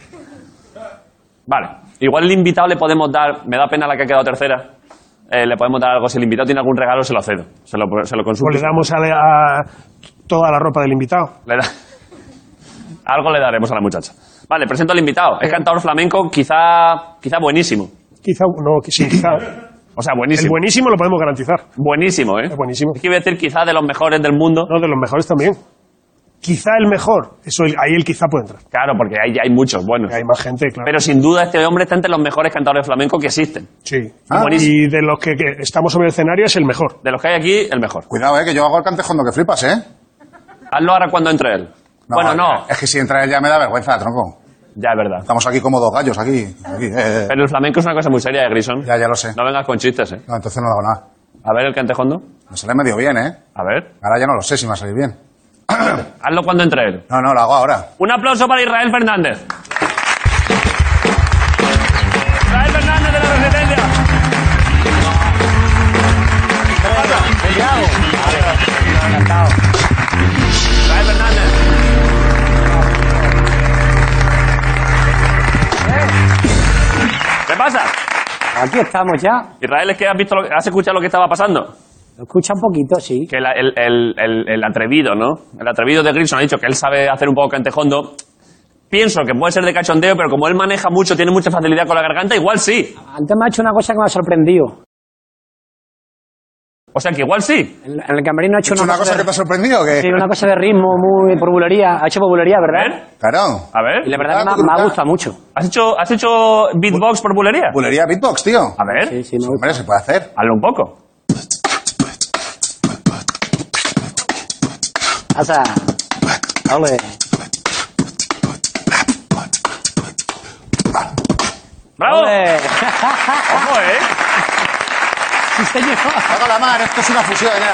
Speaker 1: Vale, igual el invitado le podemos dar, me da pena la que ha quedado tercera, eh, le podemos dar algo. Si el invitado tiene algún regalo, se lo cedo, se lo, se lo
Speaker 2: O
Speaker 1: consulto.
Speaker 2: Pues le damos a, a toda la ropa del invitado.
Speaker 1: Le da- Algo le daremos a la muchacha. Vale, presento al invitado.
Speaker 2: Eh.
Speaker 1: Es cantador flamenco, quizá, quizá buenísimo.
Speaker 2: Quizá, no, que sí, quizá.
Speaker 1: O sea,
Speaker 2: El
Speaker 1: buenísimo.
Speaker 2: buenísimo lo podemos garantizar.
Speaker 1: Buenísimo, ¿eh?
Speaker 2: Es buenísimo.
Speaker 1: Es que iba a decir quizá de los mejores del mundo.
Speaker 2: No, de los mejores también. Quizá el mejor. Eso, el- ahí el quizá puede entrar.
Speaker 1: Claro, porque hay, hay muchos buenos.
Speaker 2: Hay más gente, claro.
Speaker 1: Pero sin duda este hombre está entre los mejores cantadores de flamenco que existen.
Speaker 2: sí.
Speaker 1: Ah. buenísimo.
Speaker 2: Y de los que, que estamos sobre el escenario es el mejor.
Speaker 1: De los que hay aquí, el mejor.
Speaker 3: Cuidado, eh, que yo hago el cantejondo que flipas, eh.
Speaker 1: Hazlo ahora cuando entre él. bueno, no.
Speaker 3: Es que si entra él ya me da vergüenza, tronco.
Speaker 1: Ya es verdad.
Speaker 3: Estamos aquí como dos gallos, aquí. aquí, eh, eh.
Speaker 1: Pero el flamenco es una cosa muy seria de Grison.
Speaker 3: Ya, ya lo sé.
Speaker 1: No vengas con chistes, ¿eh?
Speaker 3: No, entonces no lo hago nada.
Speaker 1: A ver el cantejondo.
Speaker 3: Me sale medio bien, eh.
Speaker 1: A ver.
Speaker 3: Ahora ya no lo sé si me va a salir bien.
Speaker 1: Hazlo cuando entre él.
Speaker 3: No, no, lo hago ahora.
Speaker 1: Un aplauso para Israel Fernández. Israel Fernández de la Resistencia. Israel Fernández. ¿Qué pasa?
Speaker 9: Aquí estamos ya.
Speaker 1: Israel, es que has, visto lo que- has escuchado lo que estaba pasando.
Speaker 9: Lo escucha un poquito, sí.
Speaker 1: Que la- el, el- el- el atrevido, ¿no? El atrevido de Grissom ha dicho que él sabe hacer un poco cantejondo. Pienso que puede ser de cachondeo, pero como él maneja mucho, tiene mucha facilidad con la garganta, igual sí.
Speaker 9: Antes me ha hecho una cosa que me ha sorprendido.
Speaker 1: O sea que igual sí.
Speaker 9: En, en el camerino ha hecho,
Speaker 3: ¿Es una cosa
Speaker 9: de-
Speaker 3: que te ha sorprendido? Que...
Speaker 9: Sí, una cosa de ritmo, muy por bulería. Ha hecho por bulería,
Speaker 1: A
Speaker 9: ¿verdad?
Speaker 1: ver,
Speaker 3: Claro.
Speaker 1: ¿Eh? a
Speaker 9: Y la
Speaker 1: ver.
Speaker 9: verdad es que me ha- me, ha gustado mucho.
Speaker 1: ¿Has hecho, has hecho beatbox por bulería?
Speaker 3: Bulería beatbox, tío.
Speaker 1: A ver,
Speaker 9: Sí, sí, me gusta.
Speaker 3: Hombre, se puede hacer.
Speaker 1: hazlo un poco.
Speaker 9: O sea, ole.
Speaker 1: ¡Bravo!
Speaker 9: ole.
Speaker 1: ¡Ojo, eh!
Speaker 9: Sí, señor.
Speaker 3: Hago la mano, esto es una fusión, ya.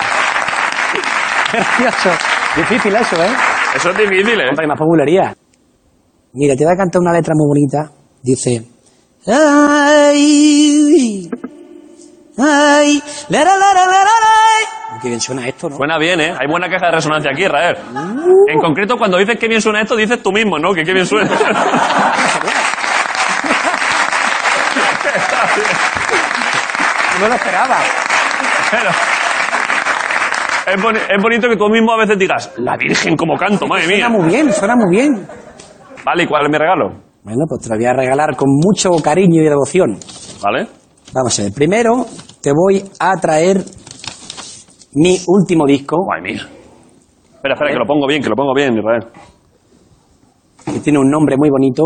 Speaker 9: Gracioso. Difícil eso, ¿eh?
Speaker 1: Eso es difícil, eh.
Speaker 9: Hombre, más por bulería. Mira, te voy a cantar una letra muy bonita. Dice... Ay, ay, la, la, la, la, la, la. Qué bien suena esto, ¿no?
Speaker 1: Suena bien, ¿eh? Hay buena caja de resonancia aquí, Israel. En concreto, cuando dices que bien suena esto, dices tú mismo, ¿no? Que qué bien suena.
Speaker 9: No lo esperaba.
Speaker 1: Pero es, boni- es bonito que tú mismo a veces digas, la Virgen como canto, madre mía.
Speaker 9: Suena muy bien, suena muy bien.
Speaker 1: Vale, ¿y cuál es mi regalo?
Speaker 9: Bueno, pues te lo voy a regalar con mucho cariño y devoción.
Speaker 1: ¿Vale?
Speaker 9: Vamos a ver, primero te voy a traer mi último disco,
Speaker 1: Madre mía. Espera, espera, que lo pongo bien, que lo pongo bien, Israel.
Speaker 9: que tiene un nombre muy bonito.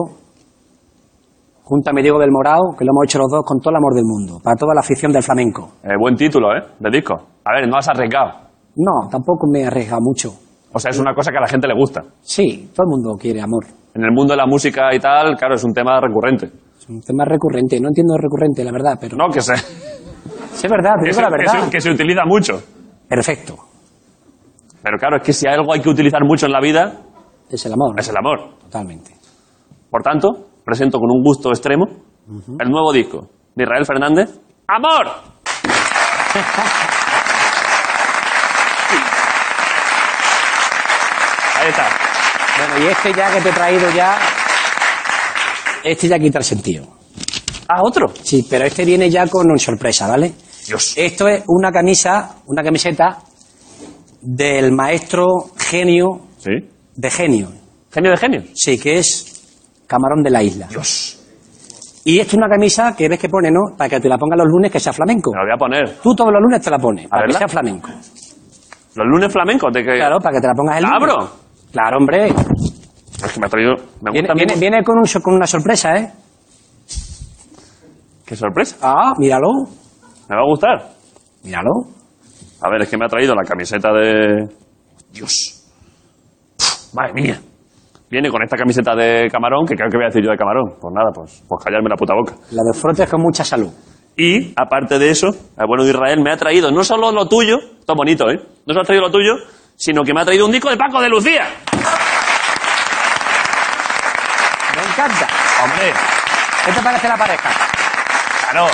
Speaker 9: Júntame Diego del Morao, que lo hemos hecho los dos con todo el amor del mundo, para toda la afición del flamenco.
Speaker 1: Eh, buen título, ¿eh? De disco. A ver, no has arriesgado.
Speaker 9: No, tampoco me he arriesgado mucho.
Speaker 1: O sea, es una cosa que a la gente le gusta.
Speaker 9: Sí, todo el mundo quiere amor.
Speaker 1: En el mundo de la música y tal, claro, es un tema recurrente.
Speaker 9: Es un tema recurrente, no entiendo recurrente, la verdad, pero...
Speaker 1: No, que se,
Speaker 9: Sí, es verdad,
Speaker 1: que
Speaker 9: te digo
Speaker 1: se,
Speaker 9: la
Speaker 1: que se-
Speaker 9: verdad.
Speaker 1: que se utiliza mucho.
Speaker 9: Perfecto,
Speaker 1: Pero claro, es que si hay algo hay que utilizar mucho en la vida,
Speaker 9: es el amor,
Speaker 1: es el amor.
Speaker 9: totalmente.
Speaker 1: Por tanto, presento con un gusto extremo el nuevo disco de Israel Fernández, Amor. Ahí está.
Speaker 9: Bueno, y este ya que te he traído ya... Este ya quita el sentido.
Speaker 1: Ah, otro.
Speaker 9: Sí, pero este viene ya con una sorpresa, ¿vale?
Speaker 1: Dios.
Speaker 9: Esto es una camisa, una camiseta del maestro genio
Speaker 1: ¿Sí?
Speaker 9: de genio.
Speaker 1: Genio de genio.
Speaker 9: Sí, que es camarón de la isla. Dios. Y esto es una camisa que ves que pone, ¿no? Para que te la pongas los lunes que sea flamenco.
Speaker 1: Me lo voy a poner.
Speaker 9: Tú todos los lunes te la pones, para que
Speaker 1: verla?
Speaker 9: sea flamenco.
Speaker 1: Los lunes flamencos. De que...
Speaker 9: Claro, para que te la pongas el
Speaker 1: ¿La
Speaker 9: lunes.
Speaker 1: abro?
Speaker 9: Claro, hombre.
Speaker 1: Es que me ha traído... Me
Speaker 9: Viene,
Speaker 1: gusta
Speaker 9: viene-
Speaker 1: mucho.
Speaker 9: viene con, un so- con una sorpresa, ¿eh?
Speaker 1: Qué sorpresa.
Speaker 9: Ah, míralo,
Speaker 1: Me va a gustar.
Speaker 9: míralo.
Speaker 1: A ver, es que me ha traído la camiseta de... Dios. Pf, madre mía. Viene con esta camiseta de camarón, que creo que voy a decir yo de camarón. Pues nada, pues, pues callarme la puta boca.
Speaker 9: La de frotes con mucha salud.
Speaker 1: Y, aparte de eso, el bueno de Israel me ha traído no solo lo tuyo, esto es bonito, ¿eh? No solo ha traído lo tuyo, sino que me ha traído un disco de Paco de Lucía.
Speaker 9: Me encanta.
Speaker 1: Hombre,
Speaker 9: ¿Qué te parece la pareja?
Speaker 1: claro.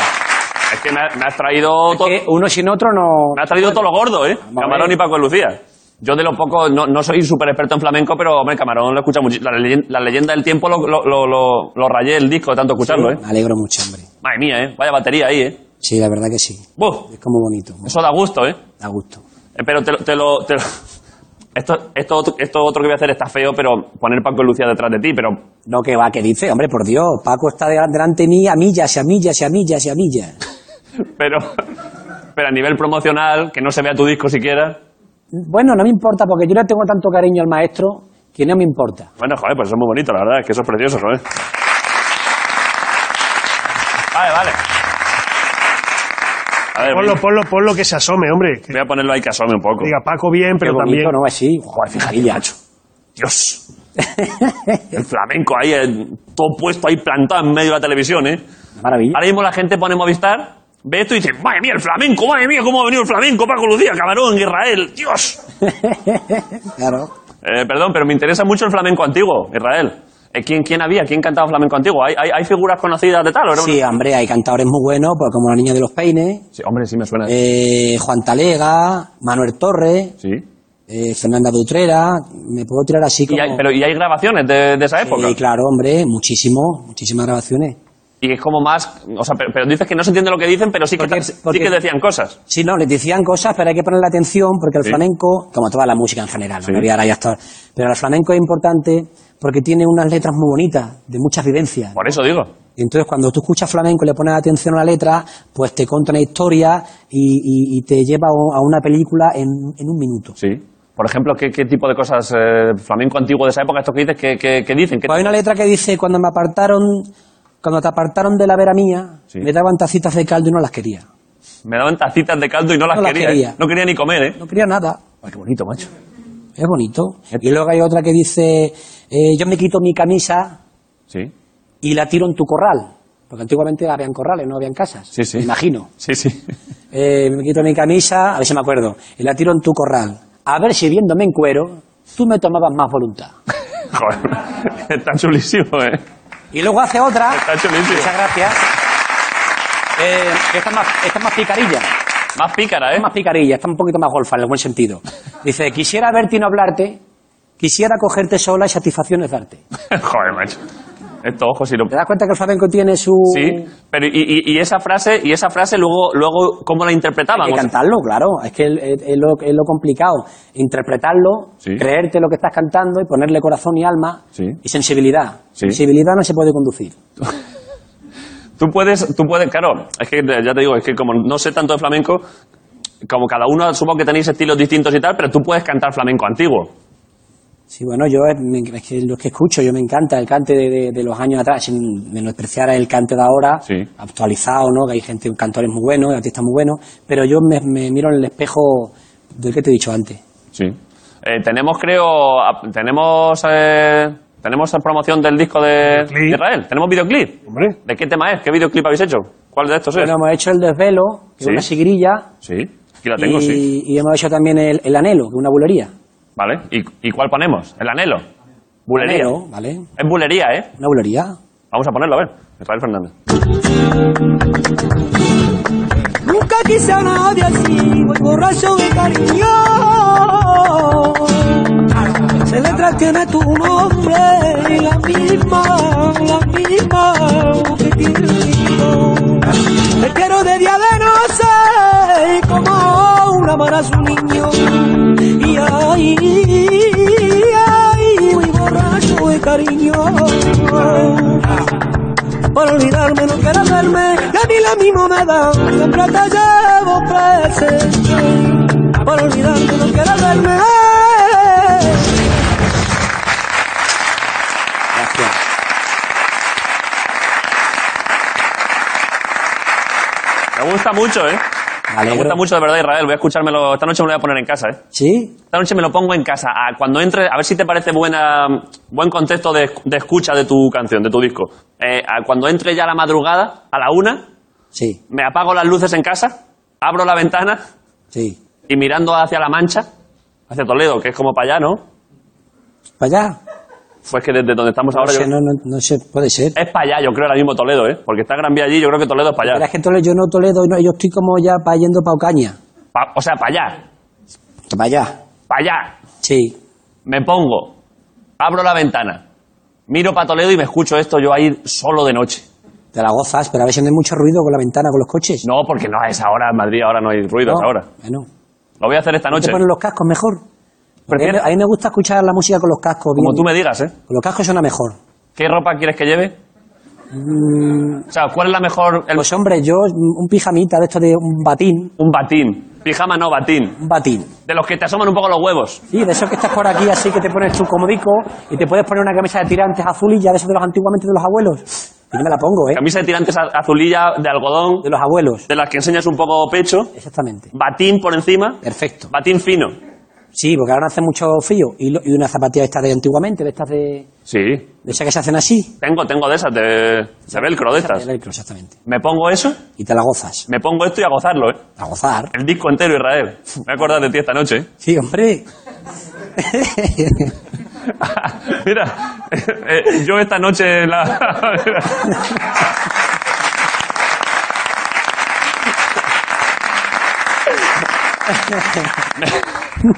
Speaker 1: Es que me, ha- me has traído... to-
Speaker 9: Que uno sin otro no...
Speaker 1: Me ha traído todo lo gordo, ¿eh?
Speaker 9: a
Speaker 1: Camarón
Speaker 9: ver.
Speaker 1: y Paco de Lucía. Yo de lo poco, no, no soy súper experto en flamenco, pero, hombre, Camarón lo escucha mucho. La, leyen- la leyenda del tiempo lo, lo, lo, lo- lo rayé el disco de tanto escucharlo, ¿eh?
Speaker 9: Me alegro mucho, hombre.
Speaker 1: Madre mía, ¿eh? Vaya batería ahí, ¿eh?
Speaker 9: Sí, la verdad que sí.
Speaker 1: Buf,
Speaker 9: Es como bonito,
Speaker 1: eso da gusto, ¿eh?
Speaker 9: da gusto.
Speaker 1: Eh, Pero te, lo- te lo... te lo- Esto, esto, otro- esto otro que voy a hacer está feo, pero poner Paco de Lucía detrás de ti, pero...
Speaker 9: No, que va, que dice, hombre, por Dios, Paco está de- delante mía a millas, y a millas, y a millas, y a millas.
Speaker 1: Pero... Pero a nivel promocional, que no se vea tu disco siquiera...
Speaker 9: Bueno, no me importa, porque yo le tengo tanto cariño al maestro que no me importa.
Speaker 1: Bueno, joder, pues eso es muy bonito, la verdad, es que eso es precioso, joder. Vale, vale. A ver,
Speaker 2: Ponlo,
Speaker 1: voy,
Speaker 2: ponlo, ponlo que se asome, hombre. Que
Speaker 1: voy a ponerlo ahí que asome un poco.
Speaker 2: diga Paco bien, pero
Speaker 9: Qué bonito,
Speaker 2: también.
Speaker 9: ¿no? Así, joder, fíjate, macho.
Speaker 1: Dios. El flamenco ahí, eh, todo puesto ahí plantado en medio de la televisión, ¿eh?
Speaker 9: Maravilla.
Speaker 1: Ahora mismo la gente pone Movistar, ve esto y dice, madre mía, el flamenco, madre mía, cómo ha venido el flamenco, Paco Lucía, camarón, Israel, Dios.
Speaker 9: claro.
Speaker 1: Eh, perdón, pero me interesa mucho el flamenco antiguo, Israel. Eh, ¿quién, ¿Quién había? ¿Quién cantaba flamenco antiguo? ¿Hay, hay, hay figuras conocidas de tal? ¿o era una-
Speaker 9: Sí, hombre, hay cantadores muy buenos, pues como la niña de los peines,
Speaker 1: Sí, hombre, sí me suena.
Speaker 9: eh, Juan Talega, Manuel Torres,
Speaker 1: Sí.
Speaker 9: eh, Fernanda Dutrera, me puedo tirar así como...
Speaker 1: Y hay, pero y hay grabaciones de, de esa época.
Speaker 9: Sí, claro, hombre, muchísimo, muchísimas grabaciones.
Speaker 1: Y es como más. O sea, pero, pero dices que no se entiende lo que dicen, pero sí que,
Speaker 9: Porque-
Speaker 1: ta- sí
Speaker 9: porque-
Speaker 1: que decían cosas.
Speaker 9: Sí, no, les decían cosas, pero hay que ponerle atención porque el
Speaker 1: Sí.
Speaker 9: flamenco, como toda la música en general, no
Speaker 1: Sí.
Speaker 9: Me voy ahora ya a estar- pero el flamenco es importante porque tiene unas letras muy bonitas, de muchas vivencias.
Speaker 1: Por eso digo.
Speaker 9: Y Entonces, cuando tú escuchas flamenco y le pones atención a la letra, pues te cuenta una historia y, y- y te lleva a una película en, en un minuto.
Speaker 1: Sí. Por ejemplo, ¿qué, qué tipo de cosas eh, flamenco antiguo de esa época, estos que dices, que, que- que dicen? ¿Qué-
Speaker 9: Pues hay una letra que dice, cuando me apartaron, cuando te apartaron de la vera mía,
Speaker 1: Sí.
Speaker 9: me daban tacitas de caldo y no las quería.
Speaker 1: Me daban tacitas de caldo y no las,
Speaker 9: No las
Speaker 1: quería.
Speaker 9: quería.
Speaker 1: ¿eh? No quería ni comer, ¿eh?
Speaker 9: No quería nada.
Speaker 1: Ay, qué bonito, macho.
Speaker 9: Es bonito. Y luego hay otra que dice, eh, yo me quito mi camisa
Speaker 1: Sí.
Speaker 9: y la tiro en tu corral. Porque antiguamente habían corrales, no habían casas.
Speaker 1: Sí, sí.
Speaker 9: Me imagino.
Speaker 1: Sí, sí.
Speaker 9: Eh, me quito mi camisa, a ver si me acuerdo, y la tiro en tu corral. A ver si viéndome en cuero, tú me tomabas más voluntad.
Speaker 1: Joder. Está chulísimo, ¿eh?
Speaker 9: Y luego hace otra.
Speaker 1: Está chulísimo.
Speaker 9: Muchas gracias. Eh, que esta es más, esta es más picarilla.
Speaker 1: Más pícara, ¿eh?
Speaker 9: Es más picarilla, está un poquito más golfa en el buen sentido. Dice, quisiera verte y no hablarte, quisiera cogerte sola y satisfacciones darte.
Speaker 1: Joder, macho. Estos ojos y lo.
Speaker 9: ¿Te das cuenta que el flamenco tiene su...
Speaker 1: Sí, pero y, y- y esa frase, y esa frase luego, luego ¿cómo la interpretaban?
Speaker 9: Hay que
Speaker 1: O sea,
Speaker 9: cantarlo, claro. Es que es, es lo, es lo complicado. Interpretarlo,
Speaker 1: Sí.
Speaker 9: creerte lo que estás cantando y ponerle corazón y alma
Speaker 1: Sí.
Speaker 9: y sensibilidad.
Speaker 1: Sí.
Speaker 9: Sensibilidad no se puede conducir.
Speaker 1: Tú puedes, tú puedes, claro, es que eh, ya te digo, es que como no sé tanto de flamenco, como cada uno supongo que tenéis estilos distintos y tal, pero tú puedes cantar flamenco antiguo.
Speaker 9: Sí, bueno, yo eh, me- es que los que escucho, yo me encanta el cante de, de- de los años atrás, sin menospreciar el cante de ahora,
Speaker 1: Sí.
Speaker 9: actualizado, ¿no? Que hay gente, cantores muy buenos, artistas muy buenos, pero yo me, me miro en el espejo del que te he dicho antes.
Speaker 1: Sí. Eh, tenemos, creo, a- tenemos, eh, tenemos la promoción del disco de,
Speaker 2: Videoclip.
Speaker 1: de Israel. Tenemos videoclip.
Speaker 2: Hombre.
Speaker 1: ¿De qué tema es? ¿Qué videoclip habéis hecho? ¿Cuál de estos es?
Speaker 9: Bueno, hemos hecho el desvelo, que
Speaker 1: Sí.
Speaker 9: es una sigrilla,
Speaker 1: sí. Aquí la tengo,
Speaker 9: y,
Speaker 1: sí.
Speaker 9: y hemos hecho también el, el anhelo, que es una bulería.
Speaker 1: Vale. ¿Y, y cuál ponemos? El anhelo. Bulería.
Speaker 9: Anhelo, ¿vale?
Speaker 1: Es bulería, ¿eh?
Speaker 9: Una bulería.
Speaker 1: Vamos a ponerlo, a ver. Israel Fernández.
Speaker 10: Nunca quise a nadie así, voy borracho de cariño. Se letras tiene tu nombre y la misma, la misma que tiene el mío. Te quiero de día de noche como una mar a su niño. Y ahí cariño. Por olvidarme no quiero verme, y a mí lo mismo me da, siempre te llevo presente. Por olvidarme no quiero verme.
Speaker 1: Me gusta mucho, ¿eh? Me
Speaker 9: alegro.
Speaker 1: gusta mucho, de verdad, Israel. Voy a escuchármelo. Esta noche me lo voy a poner en casa, ¿eh?
Speaker 9: ¿Sí?
Speaker 1: Esta noche me lo pongo en casa. Ah, cuando entre, a ver si te parece buena, buen contexto de, de escucha de tu canción, de tu disco. Eh, ah, cuando entre ya a la madrugada, a la una,
Speaker 9: Sí,
Speaker 1: me apago las luces en casa, abro la ventana
Speaker 9: sí.
Speaker 1: y mirando hacia La Mancha, hacia Toledo, que es como para allá, ¿no?
Speaker 9: ¿Para allá?
Speaker 1: Pues que desde donde estamos
Speaker 9: No
Speaker 1: ahora...
Speaker 9: sé,
Speaker 1: yo- Eh,
Speaker 9: no, no, no sé, puede ser.
Speaker 1: Es para allá, yo creo, ahora mismo Toledo, ¿eh? Porque está Gran Vía allí, yo creo que Toledo es para
Speaker 9: Pero
Speaker 1: allá.
Speaker 9: es que Toledo, yo no Toledo, no, yo estoy como ya para yendo para Ocaña.
Speaker 1: Pa- o sea, para allá.
Speaker 9: Para allá.
Speaker 1: Para allá.
Speaker 9: Sí.
Speaker 1: Me pongo, abro la ventana, miro para Toledo y me escucho esto yo ahí solo de noche.
Speaker 9: Te la gozas, pero a veces no hay mucho ruido con la ventana, con los coches.
Speaker 1: No, porque no es ahora en Madrid, ahora no hay ruidos
Speaker 9: No.
Speaker 1: ahora.
Speaker 9: Bueno.
Speaker 1: Lo voy a hacer esta
Speaker 9: ¿No
Speaker 1: noche.
Speaker 9: te ponen los cascos mejor? Porque a mí-
Speaker 1: Prefiero-
Speaker 9: a mí me gusta escuchar la música con los cascos.
Speaker 1: Como
Speaker 9: bien.
Speaker 1: tú me digas, ¿eh?
Speaker 9: Con los cascos suena mejor.
Speaker 1: ¿Qué ropa quieres que lleve?
Speaker 9: Mm,
Speaker 1: O sea, ¿cuál es la mejor? el-
Speaker 9: Pues hombre, yo mm, un pijamita de esto de un batín,
Speaker 1: Un batín. Pijama no, batín.
Speaker 9: un batín.
Speaker 1: De los que te asoman un poco los huevos.
Speaker 9: Sí, de esos que estás por aquí así que te pones tu comodico y te puedes poner una camisa de tirantes azul y ya de esos de los antiguamente de los abuelos. Y yo me la pongo, ¿eh?
Speaker 1: Camisa de tirantes a- azulilla de algodón,
Speaker 9: De los abuelos.
Speaker 1: de las que enseñas un poco pecho.
Speaker 9: Exactamente.
Speaker 1: Batín por encima.
Speaker 9: Perfecto.
Speaker 1: Batín fino.
Speaker 9: Sí, porque ahora hace mucho frío y, lo- y una zapatilla esta de antiguamente, de estas de,
Speaker 1: Sí.
Speaker 9: de esas que se hacen así.
Speaker 1: Tengo, tengo de esas, de, de velcro, de
Speaker 9: De
Speaker 1: estas.
Speaker 9: velcro, exactamente.
Speaker 1: Me pongo eso,
Speaker 9: Y te la gozas.
Speaker 1: me pongo esto y a gozarlo, ¿eh?
Speaker 9: A gozar.
Speaker 1: El disco entero, Israel. Me voy a acordar de ti esta noche, ¿eh?
Speaker 9: Sí, hombre.
Speaker 1: Mira, eh, yo esta noche en la... me,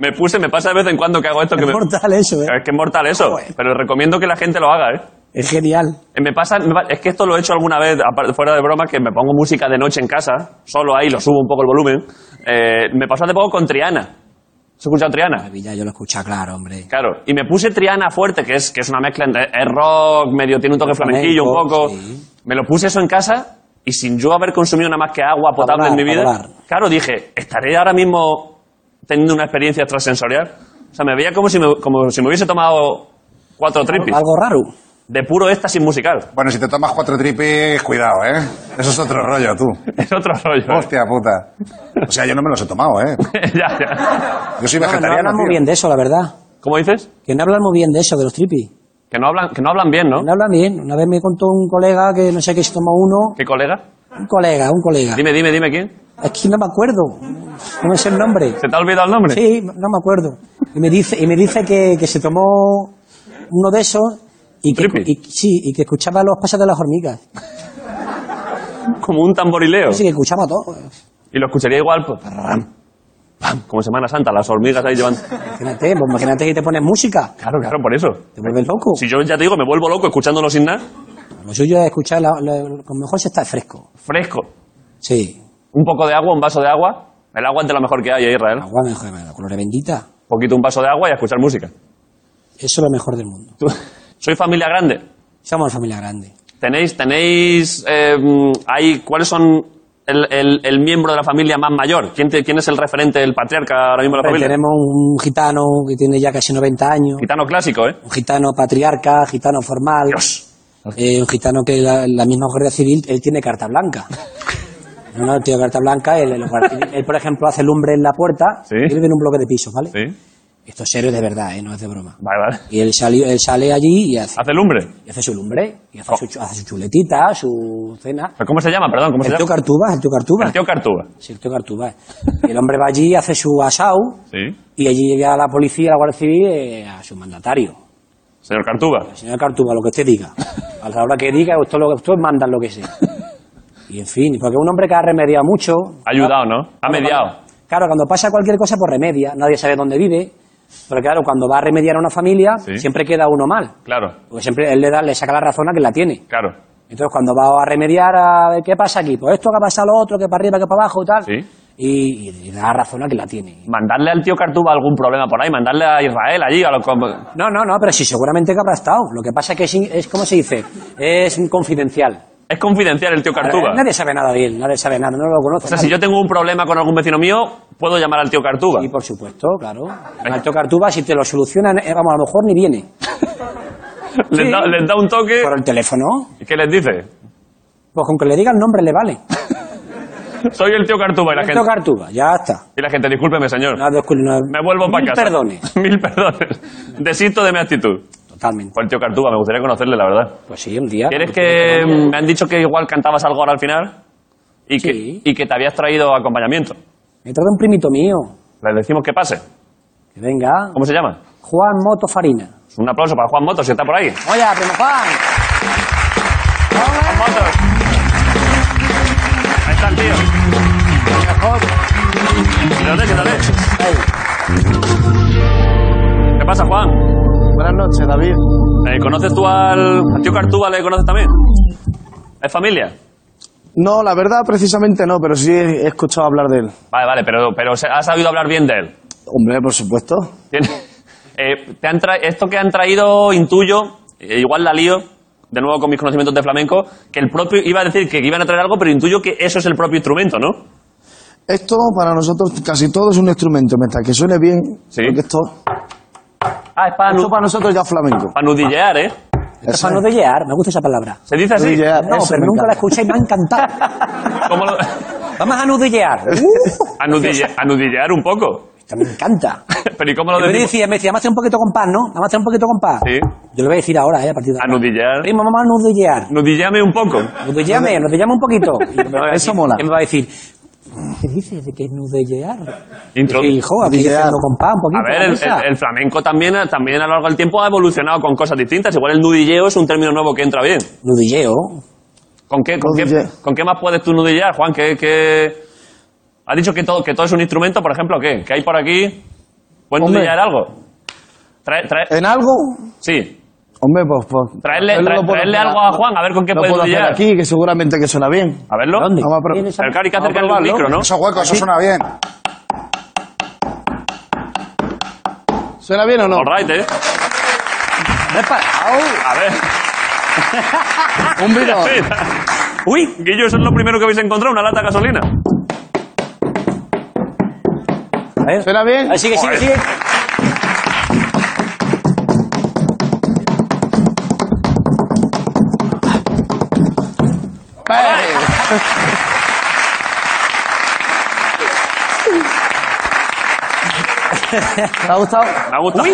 Speaker 1: me puse, me pasa de vez en cuando que hago esto que
Speaker 9: es
Speaker 1: me...
Speaker 9: mortal eso, ¿eh?
Speaker 1: Es que es mortal eso,
Speaker 9: Joder.
Speaker 1: pero recomiendo que la gente lo haga, ¿eh?
Speaker 9: Es genial.
Speaker 1: Eh, Me pasa, me pa- es que esto lo he hecho alguna vez, apar- fuera de broma, que me pongo música de noche en casa, solo ahí, lo subo un poco el volumen. Eh, me pasó hace poco con Triana. ¿Has escuchado Triana?
Speaker 9: Maravilla, yo lo he escuchado, claro, hombre.
Speaker 1: Claro, y me puse Triana fuerte, que es, que es una mezcla entre es rock, medio tiene un toque flamenquillo un
Speaker 9: Flamenco,
Speaker 1: poco.
Speaker 9: sí.
Speaker 1: Me lo puse eso en casa y sin yo haber consumido nada más que agua potable
Speaker 9: volar,
Speaker 1: en mi vida,
Speaker 9: pa volar.
Speaker 1: claro, dije, estaré ahora mismo teniendo una experiencia extrasensorial. O sea, me veía como si me, como si me hubiese tomado cuatro tripis
Speaker 9: Algo raro.
Speaker 1: de puro éxtasis musical.
Speaker 3: Bueno, si te tomas cuatro tripis, cuidado, ¿eh? Eso es otro rollo, tú.
Speaker 1: Es otro rollo. ¿eh?
Speaker 3: Hostia puta. O sea, yo no me los he tomado, ¿eh?
Speaker 1: ya, ya.
Speaker 3: Yo soy
Speaker 9: No, no
Speaker 3: vegetariano,
Speaker 9: hablan muy
Speaker 3: tío.
Speaker 9: bien de eso, la verdad.
Speaker 1: ¿Cómo dices?
Speaker 9: Que no hablan muy bien de eso, de los tripis.
Speaker 1: Que no hablan, que no hablan bien, ¿no?
Speaker 9: No hablan bien. Una vez me contó un colega que no sé qué se tomó uno.
Speaker 1: ¿Qué colega?
Speaker 9: Un colega, un colega.
Speaker 1: Dime, dime, dime quién.
Speaker 9: Es que no me acuerdo. No me sé el nombre.
Speaker 1: ¿Se te ha olvidado el nombre?
Speaker 9: Sí, no me acuerdo. Y me dice, y me dice que, que se tomó uno de esos y que,
Speaker 1: Trippy.
Speaker 9: y- sí, y que escuchaba los pasos de las hormigas.
Speaker 1: Como un tamborileo.
Speaker 9: Así que escuchaba todo.
Speaker 1: Y lo escucharía igual, pues, parram, pam, como Semana Santa, las hormigas ahí llevando.
Speaker 9: Imagínate, pues imagínate que te pones música.
Speaker 1: Claro, claro, por eso.
Speaker 9: Te vuelves loco.
Speaker 1: Si yo ya te digo, me vuelvo loco escuchándolo sin nada,
Speaker 9: Lo suyo es escuchar, la, la- con mejor se está fresco.
Speaker 1: fresco.
Speaker 9: Sí.
Speaker 1: Un poco de agua, un vaso de agua. El agua es de lo mejor que hay, ¿eh, Israel.
Speaker 9: Agua mejor, la color bendita.
Speaker 1: Un poquito un vaso de agua y a escuchar música.
Speaker 9: Eso es lo mejor del mundo.
Speaker 1: Tú- Soy familia grande.
Speaker 9: Somos familia grande.
Speaker 1: ¿Tenéis, tenéis, eh, hay, cuáles son el, el- el miembro de la familia más mayor? ¿Quién, te- quién es el referente, el patriarca ahora mismo de la
Speaker 9: Hombre,
Speaker 1: familia?
Speaker 9: tenemos un gitano que tiene ya casi 90 años.
Speaker 1: Gitano clásico, ¿eh?
Speaker 9: Un gitano patriarca, gitano formal.
Speaker 1: Dios.
Speaker 9: Eh, un gitano que la, la misma Guardia Civil, él tiene carta blanca. No, no, él tiene carta blanca. Él, él- él, por ejemplo, hace lumbre en la puerta.
Speaker 1: Sí.
Speaker 9: Él vive en un bloque de pisos, ¿vale?
Speaker 1: Sí.
Speaker 9: Esto es serio de verdad, ¿eh? no es de broma.
Speaker 1: Vale, vale.
Speaker 9: Y él, salió, él sale allí y hace,
Speaker 1: Hace lumbre.
Speaker 9: y hace su lumbre, y
Speaker 1: Oh.
Speaker 9: hace, su, chu- hace su chuletita, su cena.
Speaker 1: ¿Pero ¿Cómo se llama? Perdón, ¿cómo se
Speaker 9: El tío
Speaker 1: llama?
Speaker 9: Cartuba, el tío Cartuba.
Speaker 1: El tío Cartuba.
Speaker 9: Sí, el tío Cartuba. Y el hombre va allí, hace su asau,
Speaker 1: Sí.
Speaker 9: y allí llega la policía, la Guardia Civil, eh, a su mandatario.
Speaker 1: Señor Cartuba.
Speaker 9: Señor Cartuba, lo que usted diga. A la hora que diga, usted, lo, usted manda lo que sea. Y en fin, porque un hombre que ha remediado mucho.
Speaker 1: Ha ayudado, ¿no? Ha
Speaker 9: Claro,
Speaker 1: mediado.
Speaker 9: cuando- claro, cuando pasa cualquier cosa, pues remedia. Nadie sabe dónde vive. Pero claro, cuando va a remediar a una familia,
Speaker 1: Sí.
Speaker 9: siempre queda uno mal.
Speaker 1: Claro,
Speaker 9: Porque siempre él le, da, le saca la razón a que la tiene.
Speaker 1: claro.
Speaker 9: Entonces, cuando va a remediar a ver qué pasa aquí, pues esto que ha pasado, lo otro, que para arriba, que para abajo y tal.
Speaker 1: Sí.
Speaker 9: y, y da razón a que la tiene.
Speaker 1: Mandarle al tío Cartuba algún problema por ahí, mandarle a Israel allí, a los... com-
Speaker 9: No, no, no, pero sí, seguramente que habrá estado. Lo que pasa es que es, in- es ¿cómo se dice? Es confidencial. Eh,
Speaker 1: Es confidencial el tío Cartuba.
Speaker 9: Nadie sabe nada de él, nadie sabe nada, no lo conoce.
Speaker 1: O sea,
Speaker 9: nadie.
Speaker 1: si yo tengo un problema con algún vecino mío, puedo llamar al tío Cartuba.
Speaker 9: Sí, por supuesto, claro. Al tocar tú vas, si te lo solucionan, eh, vamos, a lo mejor ni viene.
Speaker 1: Les, da, les da un toque.
Speaker 9: Por el teléfono,
Speaker 1: ¿Y qué les dice?
Speaker 9: pues con que le diga el nombre le vale.
Speaker 1: Soy el tío Cartuba y la
Speaker 9: Al
Speaker 1: gente...
Speaker 9: tocar tú vas, ya está.
Speaker 1: Y la gente, discúlpeme, señor.
Speaker 9: No, descu- no-
Speaker 1: Me vuelvo para
Speaker 9: mil
Speaker 1: casa.
Speaker 9: Perdone.
Speaker 1: Mil perdones. Desisto de mi actitud.
Speaker 9: Totalmente.
Speaker 1: Pues el tío Cartuba, me gustaría conocerle, la verdad.
Speaker 9: Pues sí, un día.
Speaker 1: ¿Quieres que me han dicho que igual cantabas algo ahora al final? Y,
Speaker 9: Sí.
Speaker 1: que, y que te habías traído acompañamiento.
Speaker 9: Me trae un primito mío.
Speaker 1: Le decimos que pase.
Speaker 9: Que venga.
Speaker 1: ¿Cómo se llama?
Speaker 9: Juan Moto Farina.
Speaker 1: Un aplauso para Juan Motos, si está por ahí.
Speaker 9: Oye, primo Juan.
Speaker 1: Juan Motos. Ahí está el tío. Quítate, quítate.
Speaker 9: Ahí.
Speaker 1: ¿Qué pasa, Juan?
Speaker 11: Buenas noches, David.
Speaker 1: Eh, ¿Conoces tú al, al tío Cartuba? ¿Le conoces también? ¿Es familia?
Speaker 11: No, la verdad, precisamente no, pero sí he escuchado hablar de él.
Speaker 1: Vale, vale, pero, pero se- has sabido hablar bien de él.
Speaker 11: Hombre, por supuesto.
Speaker 1: Tiene- eh, te han tra- esto que han traído, intuyo, eh, igual la lío, de nuevo con mis conocimientos de flamenco, que el propio, iba a decir que iban a traer algo, pero intuyo que eso es el propio instrumento, ¿no?
Speaker 11: Esto para nosotros casi todo es un instrumento, mientras que suene bien,
Speaker 1: Sí.
Speaker 11: porque esto,
Speaker 1: Ah, es para,
Speaker 11: esto para nosotros ya es flamenco.
Speaker 1: nudillear, ¿eh?
Speaker 9: Este
Speaker 11: Eso
Speaker 9: para no
Speaker 11: es.
Speaker 9: delear, me gusta esa palabra.
Speaker 1: ¿Se dice así?
Speaker 11: Nudillear,
Speaker 9: No,
Speaker 11: eso
Speaker 9: pero
Speaker 11: me
Speaker 9: nunca la
Speaker 11: encanta.
Speaker 9: escuché y me ha encantado.
Speaker 1: ¿Cómo lo-
Speaker 9: Vamos a nudillear.
Speaker 1: Ah.
Speaker 9: Uh,
Speaker 1: a, nudille- a nudillear un poco.
Speaker 9: esto me encanta.
Speaker 1: pero ¿y cómo
Speaker 9: Yo
Speaker 1: lo
Speaker 9: le
Speaker 1: decimos?
Speaker 9: decía, me decía, vamos a hacer un poquito compás, ¿no? Vamos a hacer un poquito compás.
Speaker 1: Sí.
Speaker 9: Yo le voy a decir ahora, ¿eh? A partir de
Speaker 1: A
Speaker 9: ahora.
Speaker 1: nudillear.
Speaker 9: Primo, vamos a nudillear.
Speaker 1: Nudilleame un poco.
Speaker 9: Nudilleame, nudilleame un poquito. Y me va a decir-
Speaker 11: Eso mola.
Speaker 9: Y me va a decir, ¿qué dices de que es nudillear?
Speaker 1: Intro-
Speaker 9: Sí, hijo, habéis
Speaker 11: Nudillear.
Speaker 9: haciendo compás un poquito.
Speaker 1: A ver,
Speaker 9: la
Speaker 1: el,
Speaker 9: mesa.
Speaker 1: el- el flamenco también, también a lo largo del tiempo ha evolucionado con cosas distintas. Igual el nudilleo es un término nuevo que entra bien.
Speaker 9: Nudilleo.
Speaker 1: ¿Con qué, con, qué,
Speaker 11: Nudille.
Speaker 1: con qué más puedes tú nudillar, Juan? ¿Qué, qué... ¿Has dicho que todo, que todo es un instrumento, por ejemplo, qué? ¿Qué hay por aquí? ¿Puedes
Speaker 11: Hombre. Eh.
Speaker 1: nudillar algo? Trae, trae,
Speaker 11: ¿En algo?
Speaker 1: sí.
Speaker 11: Hombre, pues... pues
Speaker 1: Traerle-
Speaker 11: él no
Speaker 1: trae-
Speaker 11: lo puedo
Speaker 1: traerle
Speaker 11: hacer
Speaker 1: algo a Juan, a ver con qué
Speaker 11: lo
Speaker 1: puede
Speaker 11: puedo hacer
Speaker 1: brillar.
Speaker 11: aquí, que seguramente que suena bien.
Speaker 1: A verlo.
Speaker 9: ¿Dónde?
Speaker 11: Vamos a pro-
Speaker 9: ¿Tienes
Speaker 1: Pero claro, hay que
Speaker 9: algo?
Speaker 1: acercarle el
Speaker 9: Vamos a
Speaker 1: micro,
Speaker 9: probarlo.
Speaker 1: ¿no?
Speaker 3: Esos huecos, eso suena bien.
Speaker 11: ¿Suena bien o no?
Speaker 1: All right, ¿eh?
Speaker 9: No he parado.
Speaker 1: A ver.
Speaker 11: Un vino.
Speaker 1: Uy, Guillo, eso es lo primero que habéis encontrado, una lata de gasolina.
Speaker 9: A ver.
Speaker 11: ¿Suena bien?
Speaker 9: A ver, sigue, sigue, sigue.
Speaker 11: Eh, ¿Te ha gustado?
Speaker 1: Me ha gustado.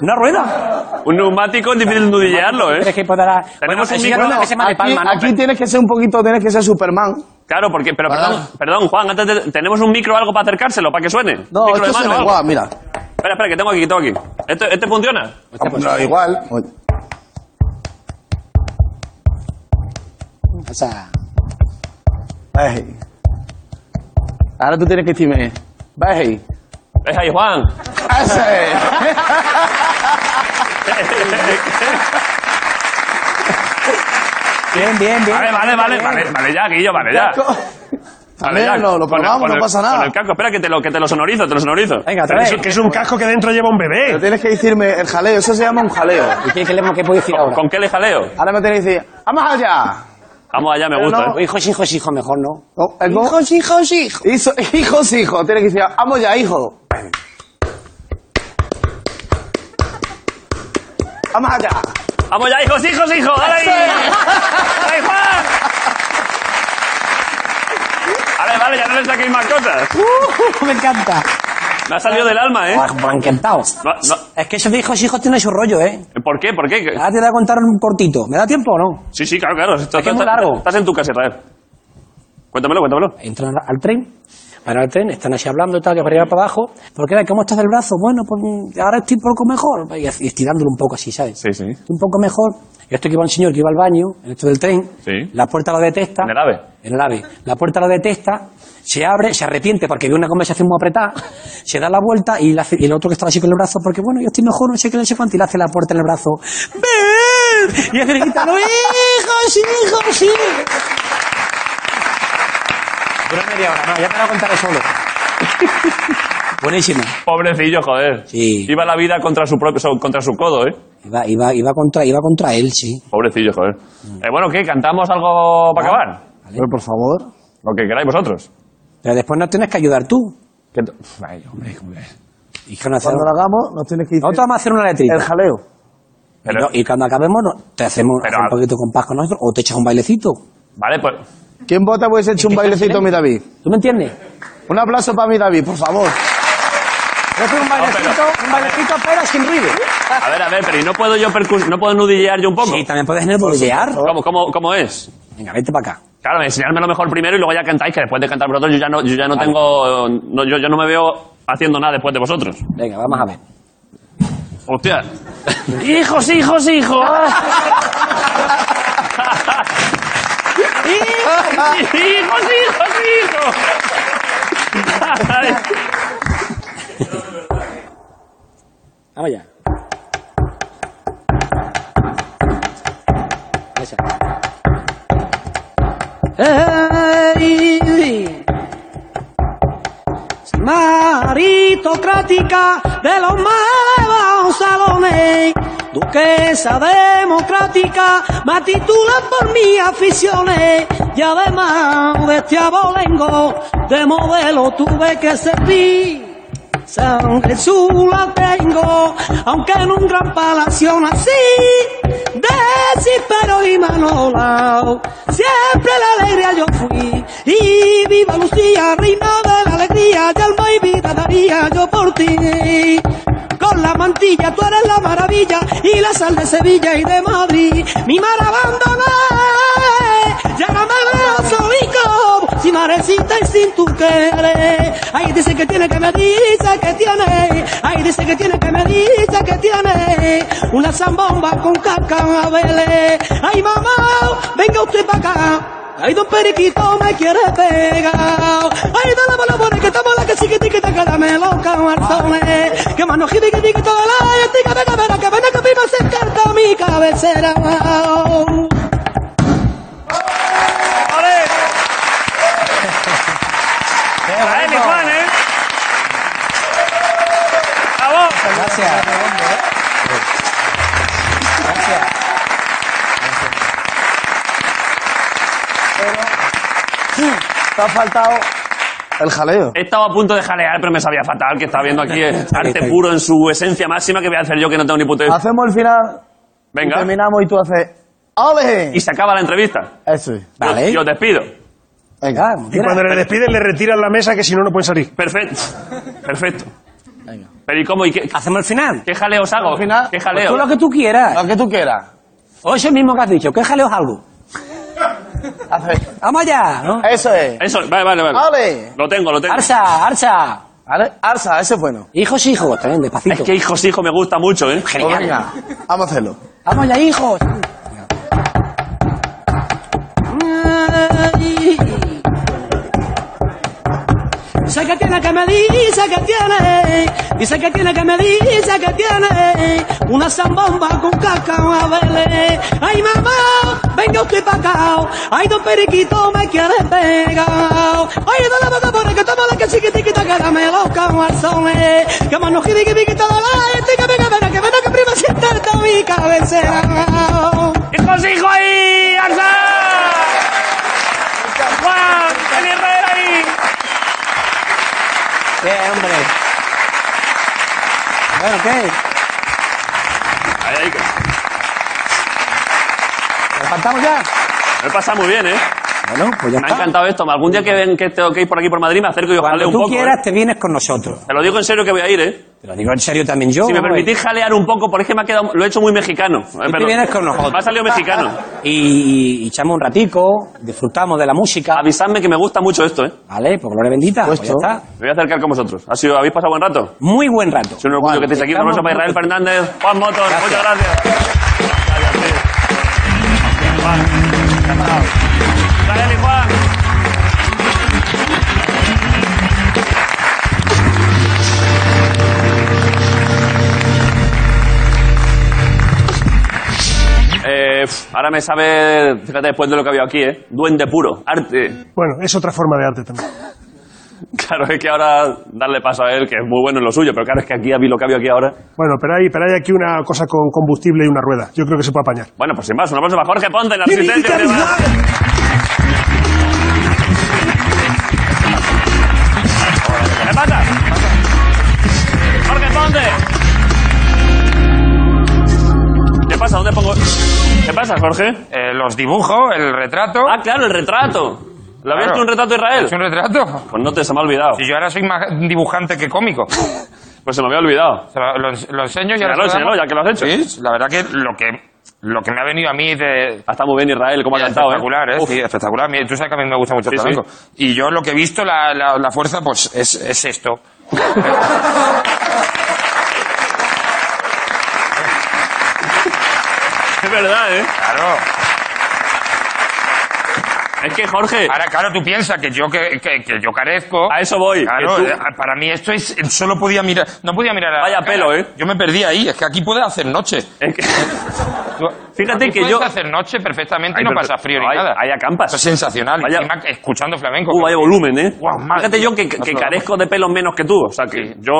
Speaker 9: Una rueda.
Speaker 1: Un neumático es difícil nudillearlo, ¿eh?
Speaker 9: ¿Crees que podrá...? Bueno,
Speaker 1: un
Speaker 9: eso ya
Speaker 1: micro.
Speaker 9: no es que se llama de
Speaker 11: Aquí,
Speaker 9: palma, ¿no?
Speaker 11: aquí tienes que ser un poquito, tienes que ser Superman.
Speaker 1: Claro, porque... Pero perdón,
Speaker 11: Ah.
Speaker 1: perdón Juan, antes de- ¿tenemos un micro o algo para acercárselo, para que suene?
Speaker 11: No,
Speaker 1: ¿Un
Speaker 11: esto
Speaker 1: micro de mano o
Speaker 11: suena
Speaker 1: algo?
Speaker 11: igual, mira.
Speaker 1: Espera, espera, que tengo aquí, tengo aquí. ¿Este, este funciona?
Speaker 3: Hombre, no, igual.
Speaker 11: Oye.
Speaker 9: O sea,
Speaker 11: Ey. Ahora tú tienes que decirme. Ey.
Speaker 1: Es ahí, Juan.
Speaker 11: Ese.
Speaker 9: bien, bien, bien.
Speaker 1: Vale, vale, vale, vale, vale ya, Guillo, vale ya. Vale, ya.
Speaker 11: También lo, lo
Speaker 1: Con el-
Speaker 11: probamos,
Speaker 1: con
Speaker 11: no
Speaker 1: el-
Speaker 11: pasa nada.
Speaker 1: Con el casco, espera que te lo, que te lo sonorizo, te lo sonorizo.
Speaker 9: Venga, otra vez.
Speaker 2: Eso- que es un casco que dentro lleva un
Speaker 11: Pero
Speaker 2: bebé.
Speaker 11: tienes que decirme el jaleo, eso se llama un jaleo.
Speaker 9: ¿Y qué, qué, le- qué puedo decir
Speaker 1: ¿Con,
Speaker 9: ahora?
Speaker 1: con qué le jaleo?
Speaker 11: Ahora me tienes que decir, ¡vamos allá!
Speaker 1: Vamos allá, me
Speaker 11: Pero
Speaker 1: gusta.
Speaker 11: no.
Speaker 1: ¿eh?
Speaker 9: Hijos, hijos, hijos, mejor no.
Speaker 11: Oh, ¿eh, cómo?
Speaker 9: hijos, hijos.
Speaker 11: Hizo- hijos, hijos, tienes que decir, ¡vamos ya, hijo! ¡Vamos allá!
Speaker 1: Vamos ya, hijos, hijos, hijos. Dale ahí. Dale ahí, Juan. Vale, vale, ya no le saquéis más cosas.
Speaker 9: Uh, me encanta.
Speaker 1: Me ha salido del alma, ¿eh?
Speaker 9: Ah, Me ha encantado.
Speaker 1: No, no.
Speaker 9: Es que eso de hijos, hijos tiene su rollo, ¿eh?
Speaker 1: ¿Por qué? ¿Por qué?
Speaker 9: Ahora te voy a contar un cortito. ¿Me da tiempo o no?
Speaker 1: Sí, sí, claro, claro. Esto-
Speaker 9: Es que es muy
Speaker 1: estás-
Speaker 9: largo.
Speaker 1: Estás en tu casa, Israel. Cuéntamelo, cuéntamelo.
Speaker 9: Entran al tren, van al tren, están así hablando y tal, que para arriba para abajo. Porque, ay, ¿cómo estás del brazo? Bueno, pues mm, ahora estoy un poco mejor. Y así, estirándolo un poco así, ¿sabes?
Speaker 1: Sí, sí.
Speaker 9: Estoy un poco mejor. Y esto que iba un señor que iba al baño, en esto del tren,
Speaker 1: Sí.
Speaker 9: la puerta lo detesta.
Speaker 1: En el AVE.
Speaker 9: En el AVE. La puerta lo detesta, se abre, se arrepiente porque ve una conversación muy apretada, se da la vuelta y, le hace- y el otro que estaba así con el brazo, porque bueno, yo estoy mejor, no sé qué, no sé cuánto, y le hace la puerta en el brazo. ¡Ven! Y hace el gitano, ¡hijos, hijos, hijos! Duró media hora, no, ya te lo contaré solo. Buenísima.
Speaker 1: Pobrecillo, joder. Iba la vida contra su propio, contra su codo, ¿eh?
Speaker 9: Iba, iba, iba, contra, iba contra él, sí.
Speaker 1: Pobrecillo, joder. Eh, bueno, ¿qué? ¿Cantamos algo para acabar?
Speaker 9: Pero por favor.
Speaker 1: Lo que queráis vosotros.
Speaker 9: Pero después nos tienes que ayudar tú.
Speaker 1: Que t- Ay, hombre, ¿cómo que-
Speaker 9: Y que no hacer-
Speaker 11: Cuando lo hagamos, nos tienes que ir.
Speaker 9: Nosotros vamos a hacer una letrita.
Speaker 11: El jaleo.
Speaker 1: Pero-
Speaker 9: y, no- y cuando acabemos, no- te hacemos
Speaker 1: Pero-
Speaker 9: haces un poquito de compás con nosotros o te echas un bailecito.
Speaker 1: Vale, pues.
Speaker 11: ¿Quién vota pues hecho un bailecito, mi David?
Speaker 9: ¿Tú me entiendes?
Speaker 11: Un aplauso para mi David, por favor.
Speaker 9: Hacer un bailecito, un bailecito, pero sin ruido.
Speaker 1: A ver, a ver, pero ¿y no puedo yo percus- ¿No puedo nudillear yo un poco?
Speaker 9: Sí, también puedes nervosear.
Speaker 1: ¿Cómo, cómo, cómo es?
Speaker 9: Venga, vete para acá.
Speaker 1: Claro, enseñarme lo mejor primero y luego ya cantáis, que después de cantar vosotros yo ya no, yo ya no
Speaker 9: Vale.
Speaker 1: tengo... no, yo, yo no me veo haciendo nada después de vosotros.
Speaker 9: Venga, vamos a ver.
Speaker 1: Hostia. ¡Hijos, hijos, hijos! ¡Hijos, hijos, hijos! hijos!
Speaker 10: Ah,
Speaker 9: Vamos ya. Esa.
Speaker 10: Ey, Maritocrática de los más bajos salones, duquesa democrática, me titulan por mis aficiones, y además de este abolengo, de modelo tuve que servir. Sangre azul la tengo, aunque en un gran palacio nací, de Cipero y Manolao, siempre la alegría yo fui, y viva Lucía, reina de la alegría, y alma y vida daría yo por ti. Con la mantilla tú eres la maravilla, y la sal de Sevilla y de Madrid, mi mar abandoné, ya no me veo solico, si marecita y sin tu querer, ahí dice que tiene que me dice que tiene, ahí dice que tiene que me dice que tiene, una zambomba con cascabeles, ay mamá, venga usted para acá. Ay, don Periquito me quiere pegar. Ay, dale la buena que toma la que sí que te quita, que dame loca, marzones. Que mano jibi que diga toda la ética, venga, venga, que venga, que viva cerca a mi cabecera.
Speaker 1: ¡Para él, Juan, eh! ¡Bravo!
Speaker 9: Gracias.
Speaker 11: Te ha faltado el jaleo.
Speaker 1: He estado a punto de jalear, pero me sabía fatal que estaba viendo aquí eh,
Speaker 9: está
Speaker 1: arte
Speaker 9: bien.
Speaker 1: puro en su esencia máxima que voy a hacer yo que no tengo ni puta idea.
Speaker 11: Hacemos el final, y
Speaker 1: Venga,
Speaker 11: terminamos y tú haces. ¡Ale!
Speaker 1: y se acaba la entrevista.
Speaker 11: Eso es.
Speaker 1: Yo-
Speaker 9: Vale.
Speaker 1: Yo os despido.
Speaker 11: Venga.
Speaker 2: Y cuando le despiden, le retiran la mesa, que si no, no pueden salir.
Speaker 1: Perfecto. Perfecto. Pero ¿y cómo? ¿Y qué,
Speaker 9: Hacemos el final.
Speaker 1: qué jaleos hago?
Speaker 11: Al final,
Speaker 1: ¿Qué
Speaker 9: Pues tú
Speaker 1: jaleo?
Speaker 9: lo que tú quieras.
Speaker 11: Lo que tú quieras.
Speaker 9: O eso mismo que has dicho, que jaleos algo.
Speaker 11: Haces-
Speaker 9: Vamos allá, ¿no?
Speaker 1: Eh.
Speaker 11: Eso es.
Speaker 1: Eso, vale, vale, vale.
Speaker 11: ¡Ale!
Speaker 1: Lo tengo, lo tengo.
Speaker 9: Arsa, Arsa.
Speaker 11: ¿Vale? Arsa, ese es bueno.
Speaker 9: Hijos, hijos, también, despacito.
Speaker 1: Es que hijos, hijos, me gusta mucho, ¿eh?
Speaker 11: Pues
Speaker 9: Genial.
Speaker 11: venga, vamos a hacerlo.
Speaker 9: Vamos allá, hijos.
Speaker 10: Ay. Dice que tiene que me dice que tiene, dice que tiene que me dice que tiene una zambomba con cacahuabeles. Ay mamá, venga usted pa' acá, ay don periquito me quiere pegar. Ay dale boca por que toma la que sí que te quita que dame los calzones. Que mano que que que toda la gente que venga, venga, que venga que prima sentarte a mi cabecera.
Speaker 1: ¡Hijos, hijos ahí! ¡Arsa! ¡Juan! ¡El Herrera ahí!
Speaker 9: Qué hombre. Bueno, ¿qué?
Speaker 1: Ahí, ahí, que- Me
Speaker 9: ¿Lo cantamos ya?
Speaker 1: lo he pasado muy bien, ¿eh?
Speaker 9: Bueno, pues ya
Speaker 1: Me ha
Speaker 9: está.
Speaker 1: encantado esto. Algún día que ven que tengo que ir por aquí por Madrid me acerco y os
Speaker 9: Cuando
Speaker 1: jaleo
Speaker 9: tú
Speaker 1: un poco. ¿eh?
Speaker 9: quieras, te vienes con nosotros.
Speaker 1: Te lo digo en serio que voy a ir, ¿eh?
Speaker 9: Te lo digo en serio también yo.
Speaker 1: Si me
Speaker 9: hombre.
Speaker 1: permitís jalear un poco, por es que me ha quedado, lo he hecho muy mexicano. Eh,
Speaker 9: Tú te
Speaker 1: perdón.
Speaker 9: vienes con nosotros.
Speaker 1: Me ha salido mexicano.
Speaker 9: Y, y echamos un ratico, disfrutamos de la música.
Speaker 1: Avisadme que me gusta mucho esto, ¿eh?
Speaker 9: Vale, por gloria bendita. Pues ya
Speaker 11: Puesto.
Speaker 9: está.
Speaker 1: Me voy a acercar con vosotros. ¿Ha sido, ¿Habéis pasado buen rato?
Speaker 9: Muy buen rato.
Speaker 1: Es un orgullo que estéis aquí. Un aplauso para Israel Fernández, Juan Motos. Muchas gracias. Gracias, sí. Juan, encantado. Israel y Juan. Eh, pf, Ahora me sabe, fíjate, después de lo que había aquí, ¿eh? Duende puro, arte.
Speaker 2: Bueno, es otra forma de arte también.
Speaker 1: Claro, es que ahora darle paso a él, que es muy bueno en lo suyo, pero claro, es que aquí había lo que había aquí ahora.
Speaker 2: Bueno, pero hay, pero hay aquí una cosa con combustible y una rueda. Yo creo que se puede apañar.
Speaker 1: Bueno, pues sin más, un aplauso para Jorge Ponte, la resistencia. que va. ¿Qué pasa? Jorge Ponte. ¿Qué pasa? ¿Dónde pongo...? ¿Qué pasa, Jorge?
Speaker 12: Eh, los dibujo, el retrato.
Speaker 1: Ah, claro, el retrato. ¿Lo habías
Speaker 12: Claro.
Speaker 1: hecho un retrato de Israel?
Speaker 12: ¿Es un retrato?
Speaker 1: Pues no te, se me ha olvidado.
Speaker 12: Si yo ahora soy más dibujante que cómico.
Speaker 1: Pues se me había olvidado.
Speaker 12: Se Lo, lo ens- lo enseño y ahora
Speaker 1: Enséñalo,
Speaker 12: se lo
Speaker 1: enséñalo,
Speaker 12: damos.
Speaker 1: ya que lo has hecho.
Speaker 12: Sí, la verdad que lo que lo que me ha venido a mí de...
Speaker 1: Ah, Está muy bien Israel, cómo ha cantado, ¿eh?
Speaker 12: Espectacular, ¿eh?
Speaker 1: Uf.
Speaker 12: Sí, espectacular. Mira, Tú sabes que a mí me gusta mucho el
Speaker 1: Sí, sí.
Speaker 12: flamenco. Y yo lo que he visto, la, la- la fuerza, pues es, es esto.
Speaker 1: Es verdad, ¿eh?
Speaker 12: Claro.
Speaker 1: Es que, Jorge,
Speaker 12: Ahora, claro, tú piensas que yo que, que- que yo carezco.
Speaker 1: a eso voy. que
Speaker 12: Claro,
Speaker 1: tú-
Speaker 12: eh, para mí esto es solo podía mirar, no podía mirar a la
Speaker 1: Vaya
Speaker 12: cara.
Speaker 1: pelo, ¿eh?
Speaker 12: Yo me perdí ahí, es que aquí puedes hacer noche.
Speaker 1: es que-
Speaker 12: Tú-
Speaker 1: Fíjate
Speaker 12: aquí
Speaker 1: que
Speaker 12: puedes
Speaker 1: yo-
Speaker 12: hacer noche perfectamente
Speaker 1: Ay,
Speaker 12: y no
Speaker 1: pero-
Speaker 12: pasa frío ni
Speaker 1: ahí-
Speaker 12: nada.
Speaker 1: ahí acampas.
Speaker 12: Eso es sensacional, y
Speaker 1: Vaya-
Speaker 12: encima escuchando flamenco.
Speaker 1: Uh, vaya volumen, ¿eh?
Speaker 12: Guau, madre.
Speaker 1: Fíjate yo que, que
Speaker 12: No se lo
Speaker 1: carezco de pelos menos que tú. O sea, que yo...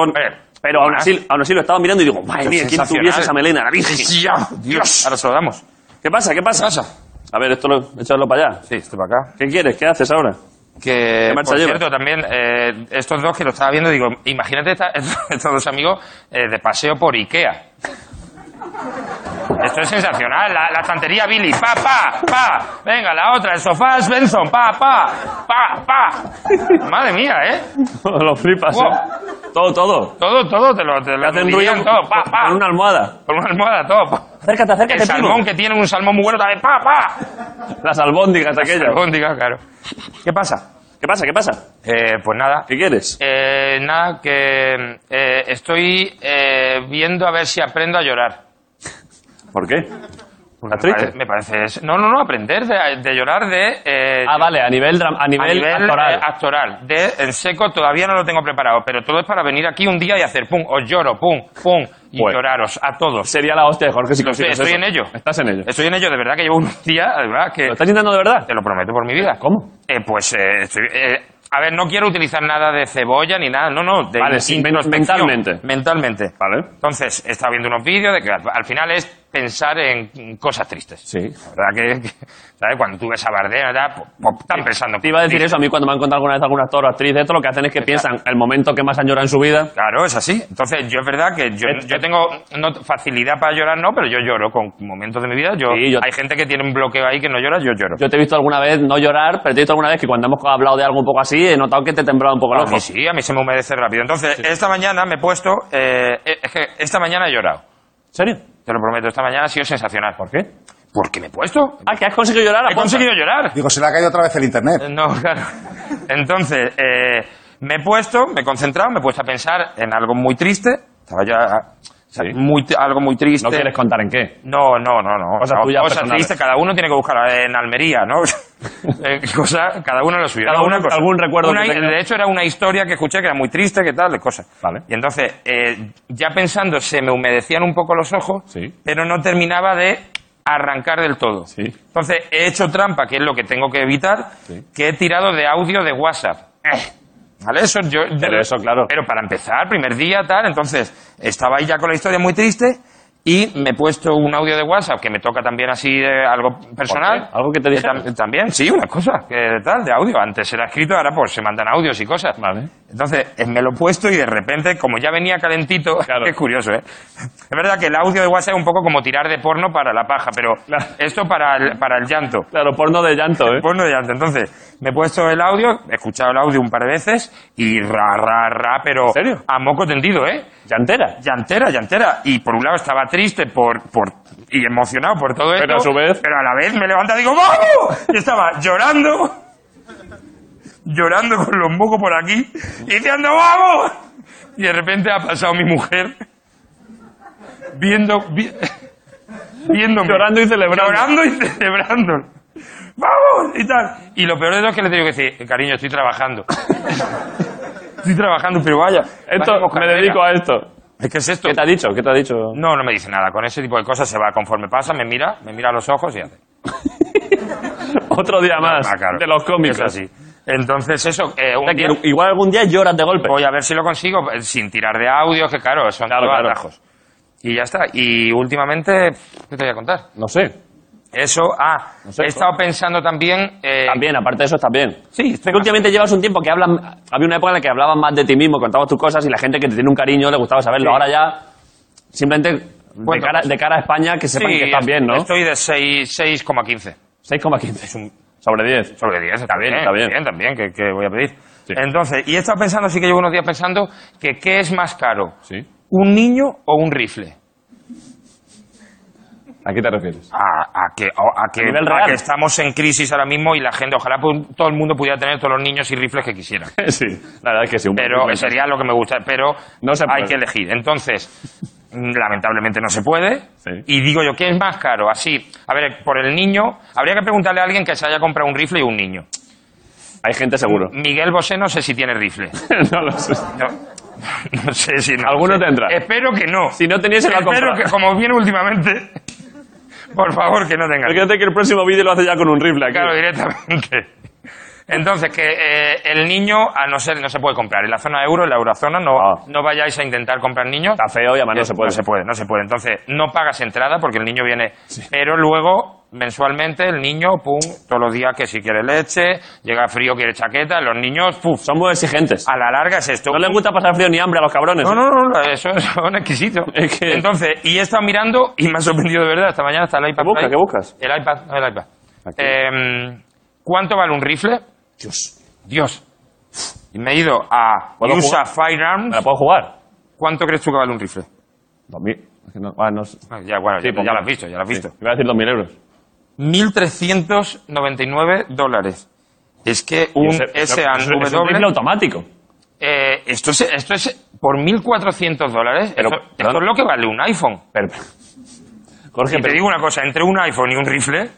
Speaker 1: Pero aún así, aún así lo estaba mirando y digo, madre mía, ¿quién
Speaker 12: Sensacional.
Speaker 1: tuviese esa melena? La virgen.
Speaker 12: Sí, ya, Dios. Ahora se lo damos.
Speaker 1: ¿Qué pasa? ¿Qué pasa?
Speaker 12: ¿Qué pasa?
Speaker 1: A ver, esto lo, echadlo para allá.
Speaker 12: Sí, esto para acá.
Speaker 1: ¿Qué quieres? ¿Qué haces ahora?
Speaker 12: Que,
Speaker 1: ¿Qué marcha
Speaker 12: por
Speaker 1: lleva?
Speaker 12: cierto, también, eh, estos dos que lo estaba viendo, digo, imagínate esta- estos dos amigos eh, de paseo por Ikea. Esto es sensacional, la, la estantería Billy, pa, pa, pa. Venga, la otra, el sofá es Benson, pa, pa, pa, pa. Madre mía, ¿eh?
Speaker 1: lo flipas, ¿eh? Todo, todo.
Speaker 12: Todo, todo te lo, te
Speaker 1: Te
Speaker 12: lo
Speaker 1: hacen ruido
Speaker 12: dirían todo, pa, pa.
Speaker 1: con una almohada.
Speaker 12: Con una almohada, todo. pa.
Speaker 1: Acércate,
Speaker 12: El
Speaker 1: acércate, primo.
Speaker 12: salmón que tiene un salmón muy bueno también, pa, pa.
Speaker 1: Las albóndigas aquellas.
Speaker 12: Albóndiga, claro. ¿Qué pasa?
Speaker 1: ¿Qué pasa? ¿Qué pasa?
Speaker 12: Eh, pues nada,
Speaker 1: ¿Qué quieres?
Speaker 12: Eh, nada, que eh, estoy eh, viendo a ver si aprendo a llorar.
Speaker 1: ¿Por qué?
Speaker 12: Porque
Speaker 1: ¿Estás triste?
Speaker 12: Me parece... me parece- No, no, no, aprender de, de llorar de... eh,
Speaker 1: Ah, vale, a nivel, dram- a
Speaker 12: a
Speaker 1: nivel,
Speaker 12: nivel,
Speaker 1: actoral.
Speaker 12: eh, actoral. De, en seco todavía no lo tengo preparado, pero todo es para venir aquí un día y hacer pum, os lloro, pum, pum, y
Speaker 1: Bueno.
Speaker 12: lloraros a todos.
Speaker 1: Pues, Sería la hostia de Jorge si
Speaker 12: Lo sé,
Speaker 1: consigues
Speaker 12: estoy
Speaker 1: eso.
Speaker 12: en ello.
Speaker 1: Estás en ello.
Speaker 12: Estoy en ello, de verdad que llevo unos días, de verdad que...
Speaker 1: ¿Lo estás intentando de verdad?
Speaker 12: Ah, Te lo prometo por mi vida.
Speaker 1: ¿Cómo?
Speaker 12: Eh, pues eh, estoy- eh, a ver, no quiero utilizar nada de cebolla ni nada, no, no. De
Speaker 1: Vale, sí, men-
Speaker 12: introspección.
Speaker 1: mentalmente.
Speaker 12: Mentalmente.
Speaker 1: Vale.
Speaker 12: Entonces, he estado viendo unos vídeos de que al, al final es pensar en cosas tristes.
Speaker 1: Sí.
Speaker 12: La verdad que, que, ¿sabes? Cuando tú ves a Bardem, ya, po- po- están pensando. en
Speaker 1: Te iba a
Speaker 12: cosas
Speaker 1: decir
Speaker 12: tristes.
Speaker 1: eso, a mí cuando me han contado alguna vez algún actor o actriz de esto, lo que hacen es que piensan el momento que más han llorado en su vida.
Speaker 12: Claro, es así. Entonces, yo es verdad que yo,
Speaker 1: Et-
Speaker 12: yo
Speaker 1: et-
Speaker 12: tengo no, facilidad para llorar, no, pero yo lloro con momentos de mi vida. Yo,
Speaker 1: Sí, yo-
Speaker 12: Hay gente que tiene un bloqueo ahí que no llora, yo lloro.
Speaker 1: Yo te he visto alguna vez no llorar, pero te he visto alguna vez que cuando hemos hablado de algo un poco así, he notado que te temblaba un poco el
Speaker 12: A
Speaker 1: ojo.
Speaker 12: mí pues sí, a mí se me humedece rápido. Entonces, esta mañana me he puesto... eh, es que esta mañana he llorado.
Speaker 1: ¿En serio?
Speaker 12: Te lo prometo, esta mañana ha sido sensacional. ¿Por qué? Porque me he puesto.
Speaker 1: Ah, que has conseguido llorar.
Speaker 12: He
Speaker 1: apunta.
Speaker 12: conseguido llorar.
Speaker 3: Digo, se le ha caído otra vez el internet.
Speaker 12: Eh, No, claro. Entonces, eh, me he puesto, me he concentrado, me he puesto a pensar en algo muy triste. Estaba ya.
Speaker 1: Sí.
Speaker 12: Muy, t- algo muy triste.
Speaker 1: No quieres contar en qué.
Speaker 12: No, no, no, no.
Speaker 1: Cosas
Speaker 12: No,
Speaker 1: tuyas
Speaker 12: cosas
Speaker 1: personales.
Speaker 12: tristes, cada uno tiene que buscar en Almería, ¿no? Eh, cosa, cada uno lo suyo.
Speaker 1: Cada
Speaker 12: ¿no?
Speaker 1: uno-
Speaker 12: Una cosa.
Speaker 1: algún recuerdo
Speaker 12: Una-
Speaker 1: que tenga.
Speaker 12: De hecho, era una historia que escuché que era muy triste, que tal, de cosas.
Speaker 1: Vale.
Speaker 12: Y entonces, eh, ya pensando, se me humedecían un poco los ojos,
Speaker 1: Sí.
Speaker 12: pero no terminaba de arrancar del todo.
Speaker 1: Sí.
Speaker 12: Entonces, he hecho trampa, que es lo que tengo que evitar,
Speaker 1: Sí.
Speaker 12: que he tirado de audio de WhatsApp. Eh, ¿Vale? Eso yo, yo-
Speaker 1: Pero eso, claro.
Speaker 12: Pero para empezar, primer día, tal, entonces estaba ahí ya con la historia muy triste y me he puesto un audio de WhatsApp que me toca también así de algo personal. Eh,
Speaker 1: ¿Por qué? ¿Algo que te dijeron?
Speaker 12: tam- también, sí, una cosa, que tal, de audio. Antes era escrito, ahora pues se mandan audios y cosas.
Speaker 1: Vale.
Speaker 12: Entonces, eh, me lo he puesto y de repente, como ya venía calentito,
Speaker 1: Claro.
Speaker 12: es curioso, ¿eh? Es verdad que el audio de WhatsApp es un poco como tirar de porno para la paja, pero
Speaker 1: Claro.
Speaker 12: esto para el, para el llanto.
Speaker 1: Claro, porno de llanto, ¿eh?
Speaker 12: Porno de llanto. Entonces, me he puesto el audio, he escuchado el audio un par de veces y ra, ra, ra, pero
Speaker 1: ¿En serio?
Speaker 12: a moco tendido, ¿eh?
Speaker 1: Llantera.
Speaker 12: Llantera, llantera. Y por un lado estaba triste por, por, y emocionado por todo esto.
Speaker 1: Pero a su vez-
Speaker 12: Pero a la vez me levanta y digo, ¡vamos! Y estaba llorando, llorando con los mocos por aquí, y diciendo, ¡vamos! Y de repente ha pasado mi mujer viendo, vi- viéndome.
Speaker 1: Llorando y celebrando.
Speaker 12: Llorando y celebrando. ¡Vamos! Y tal. Y lo peor de todo es que le tengo que decir, cariño, estoy trabajando. estoy trabajando, pero vaya.
Speaker 1: Esto,
Speaker 12: vaya
Speaker 1: me
Speaker 12: moscardera.
Speaker 1: dedico a esto.
Speaker 12: ¿Qué es esto?
Speaker 1: ¿Qué te ha dicho? ¿Qué te ha dicho?
Speaker 12: No, no me dice nada. Con ese tipo de cosas se va. Conforme pasa, me mira, me mira a los ojos y hace.
Speaker 1: Otro día más
Speaker 12: Ah, claro.
Speaker 1: de los cómicos.
Speaker 12: Es así. Entonces, eso. eh, un
Speaker 1: O sea, que
Speaker 12: día-
Speaker 1: igual algún día lloras de golpe.
Speaker 12: Voy a ver si lo consigo eh, sin tirar de audio, que claro, son
Speaker 1: Claro,
Speaker 12: todos
Speaker 1: claro.
Speaker 12: atajos. Y ya está. Y últimamente, ¿qué te voy a contar?
Speaker 1: No sé.
Speaker 12: Eso, ah,
Speaker 1: No sé,
Speaker 12: he estado pensando también. eh,
Speaker 1: También, aparte de eso, estás bien.
Speaker 12: Sí,
Speaker 1: Es que últimamente llevas un tiempo que hablan. Había una época en la que hablabas más de ti mismo, contabas tus cosas y la gente que te tiene un cariño le gustaba saberlo.
Speaker 12: Sí.
Speaker 1: Ahora ya, simplemente de
Speaker 12: Cuento
Speaker 1: cara,
Speaker 12: cosas.
Speaker 1: de cara a España, que sepan
Speaker 12: sí,
Speaker 1: que estás bien, ¿no?
Speaker 12: Estoy de seis- 6,15
Speaker 1: 6,15.
Speaker 12: Es un-
Speaker 1: Sobre 10.
Speaker 12: sobre 10. Está
Speaker 1: bien, está bien.
Speaker 12: también, que, que voy a pedir.
Speaker 1: Sí.
Speaker 12: Entonces, y he estado pensando, sí que llevo unos días pensando, que qué es más caro,
Speaker 1: Sí.
Speaker 12: un niño o un rifle.
Speaker 1: ¿A qué te refieres?
Speaker 12: A, a que, a, a que,
Speaker 1: A nivel
Speaker 12: a
Speaker 1: real.
Speaker 12: que estamos en crisis ahora mismo y la gente, ojalá pu- todo el mundo pudiera tener todos los niños y rifles que quisiera.
Speaker 1: sí, la verdad es que sí. un buen
Speaker 12: Pero
Speaker 1: momento.
Speaker 12: sería lo que me gusta. Pero
Speaker 1: No se puede.
Speaker 12: hay que elegir. Entonces, mm, lamentablemente no se puede.
Speaker 1: Sí.
Speaker 12: Y digo yo, ¿qué es más caro? Así, a ver, por el niño, habría que preguntarle a alguien que se haya comprado un rifle y un niño.
Speaker 1: Hay gente seguro.
Speaker 12: Miguel Bosé no sé si tiene rifle.
Speaker 1: no lo sé.
Speaker 12: No, no sé si no.
Speaker 1: Alguno
Speaker 12: sé.
Speaker 1: tendrá.
Speaker 12: Espero que no.
Speaker 1: Si no tenías, se lo ha
Speaker 12: Espero
Speaker 1: comprado.
Speaker 12: que, como viene últimamente, por favor, que no tenga.
Speaker 1: Fíjate que el próximo vídeo lo hace ya con un rifle aquí.
Speaker 12: Claro, directamente. Entonces, que eh, el niño, a no ser, no se puede comprar. En la zona euro, en la eurozona, no,
Speaker 1: Ah.
Speaker 12: no vayáis a intentar comprar niños.
Speaker 1: Está feo y además no se puede.
Speaker 12: No se puede, no se puede. Entonces, no pagas entrada porque el niño viene. Pero luego, mensualmente, el niño, pum, todos los días que si quiere leche, llega frío, quiere chaqueta, los niños, puf.
Speaker 1: Son muy exigentes.
Speaker 12: A la larga es Ah, esto.
Speaker 1: No les gusta pasar frío ni hambre a los cabrones.
Speaker 12: No, no, no, no, eso son exquisitos.
Speaker 1: Es que-
Speaker 12: Entonces, y he estado mirando y me ha sorprendido de verdad. Esta mañana está el iPad.
Speaker 1: ¿Qué buscas?
Speaker 12: ahí.
Speaker 1: ¿Qué buscas?
Speaker 12: El iPad, no, el iPad.
Speaker 1: Aquí.
Speaker 12: Em, ¿Cuánto vale un rifle?
Speaker 1: Dios.
Speaker 12: Dios. Y me he ido a
Speaker 1: ¿Puedo
Speaker 12: USA
Speaker 1: jugar?
Speaker 12: Firearms.
Speaker 1: ¿Me la puedo jugar?
Speaker 12: ¿Cuánto crees tú que vale un rifle?
Speaker 1: Dos mil. Es que no- ah, no sé.
Speaker 12: Ah, Ya, bueno,
Speaker 1: Sí,
Speaker 12: ya,
Speaker 1: pues
Speaker 12: ya
Speaker 1: vale.
Speaker 12: lo has visto, ya lo has visto.
Speaker 1: Sí, Iba a decir 2.000 euros.
Speaker 12: 1.399 dólares. Es que
Speaker 1: Y
Speaker 12: un
Speaker 1: ese- eso- eso- eso Es un rifle
Speaker 12: S&W...
Speaker 1: automático.
Speaker 12: eh, esto, es, esto es por 1.400 dólares.
Speaker 1: Pero,
Speaker 12: esto- esto es
Speaker 1: perdón.
Speaker 12: lo que vale un iPhone.
Speaker 1: Pero- Jorge,
Speaker 12: Y te
Speaker 1: pero-
Speaker 12: digo una cosa, entre un iPhone y un rifle,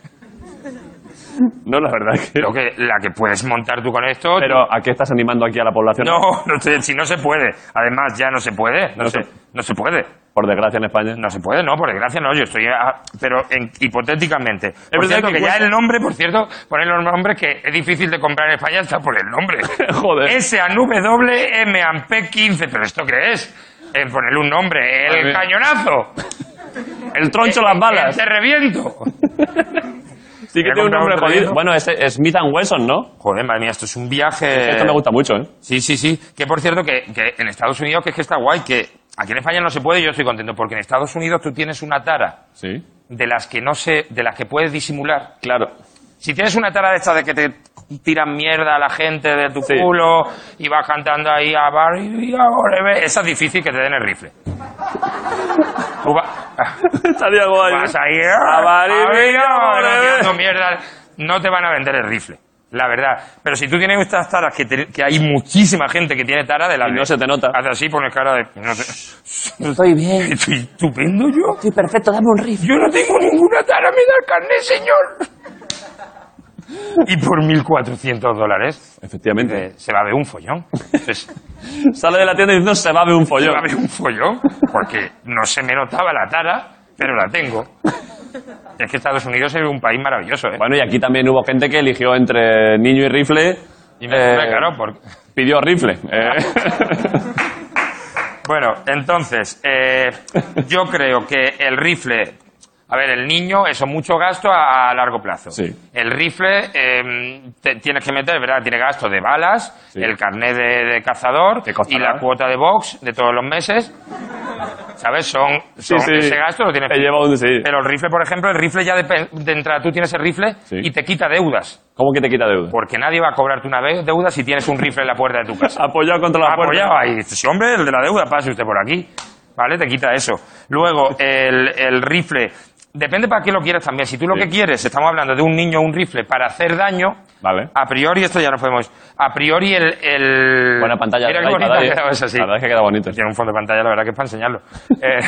Speaker 1: no, la verdad es que...
Speaker 12: lo que, la que puedes montar tú con esto...
Speaker 1: Pero, ¿a qué estás animando aquí a la población?
Speaker 12: No, no sé, si no se puede. Además, ya no se puede. No,
Speaker 1: No
Speaker 12: se,
Speaker 1: se-
Speaker 12: no se puede.
Speaker 1: Por desgracia en España.
Speaker 12: No se puede, no, por desgracia no. Yo estoy. a- pero en- hipotéticamente. Es
Speaker 1: verdad
Speaker 12: cierto,
Speaker 1: que
Speaker 12: que, ya
Speaker 1: cuesta-
Speaker 12: el nombre, por cierto, poner los nombres que es difícil de comprar en España está por el nombre.
Speaker 1: Joder.
Speaker 12: S-A-W-M p 15. ¿Pero esto qué es? Eh, ponerle un nombre.
Speaker 1: Madre
Speaker 12: El
Speaker 1: mía.
Speaker 12: cañonazo. Eh,
Speaker 1: El troncho las balas.
Speaker 12: El te reviento.
Speaker 1: Sí que
Speaker 12: Voy a
Speaker 1: tiene un
Speaker 12: comprar
Speaker 1: nombre
Speaker 12: un
Speaker 1: jodido.
Speaker 12: relleno.
Speaker 1: Bueno, este es Smith and Wesson, ¿no?
Speaker 12: Joder, madre mía, esto es un viaje.
Speaker 1: Esto me gusta mucho, ¿eh?
Speaker 12: Sí, sí, sí. Que por cierto, que, que en Estados Unidos, que es que está guay, que aquí en España no se puede, yo estoy contento, porque en Estados Unidos tú tienes una tara
Speaker 1: Sí.
Speaker 12: de las que no se, de las que puedes disimular.
Speaker 1: Claro.
Speaker 12: Si tienes una tara de estas de que te tiran mierda a la gente de tu
Speaker 1: Sí.
Speaker 12: culo y vas cantando ahí a bar y ahora esa es difícil que te den el rifle. Tú va-
Speaker 1: Está Diego ahí.
Speaker 12: vas ahí ¿eh? "Ah,
Speaker 1: A bar y
Speaker 12: a ver,
Speaker 1: mira,
Speaker 12: ahora
Speaker 1: ahora
Speaker 12: tirando mierda, no te van a vender el rifle. La verdad. Pero si tú tienes estas taras, que, te- que hay muchísima gente que tiene taras de la
Speaker 1: Y no se te nota.
Speaker 12: Haz así, pones cara de... no te-
Speaker 9: Estoy bien,
Speaker 12: ¿Estoy estupendo yo?
Speaker 9: estoy perfecto, dame un rifle.
Speaker 12: Yo no tengo ninguna tara, me da el carnet, señor. Y por 1.400 dólares
Speaker 1: Efectivamente.
Speaker 12: eh, se va a ver un follón. Pues,
Speaker 1: Sale de la tienda diciendo se va a ver un
Speaker 12: se va
Speaker 1: follón.
Speaker 12: a ver un follón porque no se me notaba la tara, pero la tengo. Es que Estados Unidos es un país maravilloso, ¿eh?
Speaker 1: Bueno, y aquí también hubo gente que eligió entre niño y rifle.
Speaker 12: Y me
Speaker 1: Eh,
Speaker 12: hombre, claro, porque...
Speaker 1: Pidió rifle. Eh,
Speaker 12: Bueno, entonces, eh, yo creo que el rifle... A ver, el niño, eso, mucho gasto a, a largo plazo.
Speaker 1: Sí.
Speaker 12: El rifle, eh, te- tienes que meter, ¿verdad? Tiene gasto de balas,
Speaker 1: Sí.
Speaker 12: el carnet de, de cazador
Speaker 1: Te costará.
Speaker 12: y la cuota de box de todos los meses. ¿Sabes? Son,
Speaker 1: sí,
Speaker 12: son-
Speaker 1: sí.
Speaker 12: Ese gasto lo tienes.
Speaker 1: Te lleva un... Sí.
Speaker 12: Pero el rifle, por ejemplo, el rifle ya de, de entrada tú tienes el rifle
Speaker 1: Sí.
Speaker 12: y te quita deudas.
Speaker 1: ¿Cómo que te quita deuda?
Speaker 12: Porque nadie va a cobrarte una vez deuda si tienes un rifle en la puerta de tu casa.
Speaker 1: Apoyado contra
Speaker 12: Ah,
Speaker 1: la puerta.
Speaker 12: Apoyado ahí. Dices, Sí, hombre, el de la deuda, pase usted por aquí. ¿Vale? Te quita eso. Luego, el, el rifle. Depende para qué lo quieras también. Si tú lo
Speaker 1: Sí.
Speaker 12: que quieres, estamos hablando de un niño o un rifle para hacer daño.
Speaker 1: Vale.
Speaker 12: A priori, esto ya no podemos. A priori, el. el
Speaker 1: Buena pantalla.
Speaker 12: Mira qué
Speaker 1: Ay,
Speaker 12: bonita
Speaker 1: caray.
Speaker 12: ha quedado esa, sí.
Speaker 1: La verdad es que queda bonito.
Speaker 12: Tiene un fondo de pantalla, la verdad que es para enseñarlo. Eh,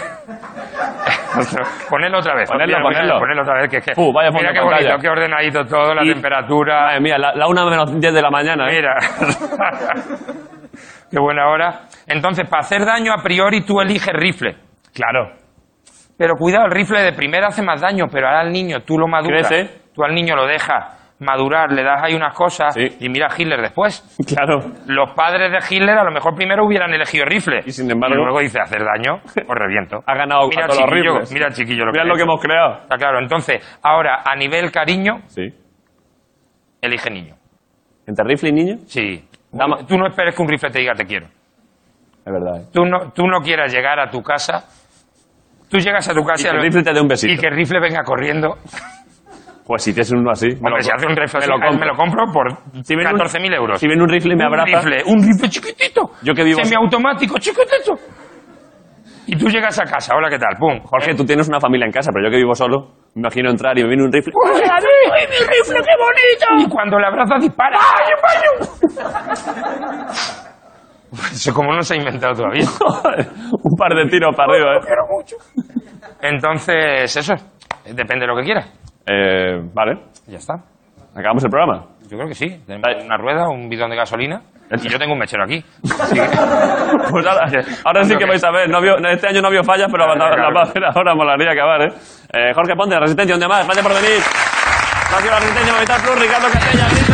Speaker 12: ponedlo otra vez.
Speaker 1: Ponedlo,
Speaker 12: Mira, mira,
Speaker 1: ponedlo.
Speaker 12: Ponedlo otra vez, que es que.
Speaker 1: Uh, vaya fondo
Speaker 12: mira
Speaker 1: de
Speaker 12: qué
Speaker 1: pantalla.
Speaker 12: bonito, qué ordenadito todo, la
Speaker 1: Y-
Speaker 12: temperatura.
Speaker 1: Madre mía, la, la una menos 10 de la mañana. ¿eh?
Speaker 12: Mira. Qué buena hora. Entonces, para hacer daño, a priori tú eliges rifle. Claro. Pero cuidado, el rifle de primera hace más daño, pero ahora al niño tú lo maduras.
Speaker 1: Crece.
Speaker 12: Tú al niño lo dejas madurar, le das ahí unas cosas y mira a Hitler después.
Speaker 1: Claro.
Speaker 12: Los padres de Hitler a lo mejor primero hubieran elegido el rifle. Y
Speaker 1: sin embargo-
Speaker 12: luego dice hacer daño, os reviento.
Speaker 1: Ha ganado
Speaker 12: mira
Speaker 1: a
Speaker 12: al
Speaker 1: todos los
Speaker 12: chiquillo,
Speaker 1: rifles.
Speaker 12: mira al chiquillo lo
Speaker 1: Mirad
Speaker 12: que
Speaker 1: lo
Speaker 12: ha
Speaker 1: que
Speaker 12: hecho.
Speaker 1: hemos creado.
Speaker 12: Está claro. Entonces, ahora, a nivel cariño,
Speaker 1: Sí.
Speaker 12: elige niño.
Speaker 1: ¿Entre rifle y niño?
Speaker 12: Sí. Tú no esperes que un rifle te diga te quiero.
Speaker 1: Es verdad. ¿eh?
Speaker 12: Tú no, tú no quieras llegar a tu casa. Tú llegas a tu casa
Speaker 1: Y que
Speaker 12: a lo-
Speaker 1: el rifle te dé un besito.
Speaker 12: y que el rifle venga corriendo.
Speaker 1: Pues si tienes uno así. me
Speaker 12: Hombre,
Speaker 1: lo
Speaker 12: si
Speaker 1: co-
Speaker 12: hace un rifle
Speaker 1: me
Speaker 12: así,
Speaker 1: lo
Speaker 12: a él me lo compro por
Speaker 1: Si viene un-
Speaker 12: 14.000 euros.
Speaker 1: si viene un rifle y me abraza.
Speaker 12: Un rifle, un rifle chiquitito.
Speaker 1: Yo que vivo-
Speaker 12: Semiautomático, chiquitito. Y tú llegas a casa, hola, ¿qué tal? Pum. Eh,
Speaker 1: Jorge, tú tienes una familia en casa, pero yo que vivo solo, me imagino entrar y me viene un rifle.
Speaker 12: ¡Uy, David! ¡Uy, mi rifle, qué bonito! Y cuando le abrazas dispara. ¡Ay, Eso como no se ha inventado todavía.
Speaker 1: un par de tiros para arriba, ¿eh?
Speaker 12: quiero mucho. Entonces, eso. Depende de lo que quieras.
Speaker 1: Eh, Vale.
Speaker 12: Ya está.
Speaker 1: Acabamos el programa.
Speaker 12: Yo creo que sí. Tenemos una rueda, un bidón de gasolina. Y yo tengo un mechero aquí.
Speaker 1: Pues nada, ahora sí que vais a ver. No vio- este año no vio fallas, pero la, la- la- ahora molaría acabar, ¿eh? Eh, Jorge Ponte, Resistencia, ¿dónde más? Gracias por venir. Gracias a la Resistencia, Movistar Plus, Ricardo Catella, Grito.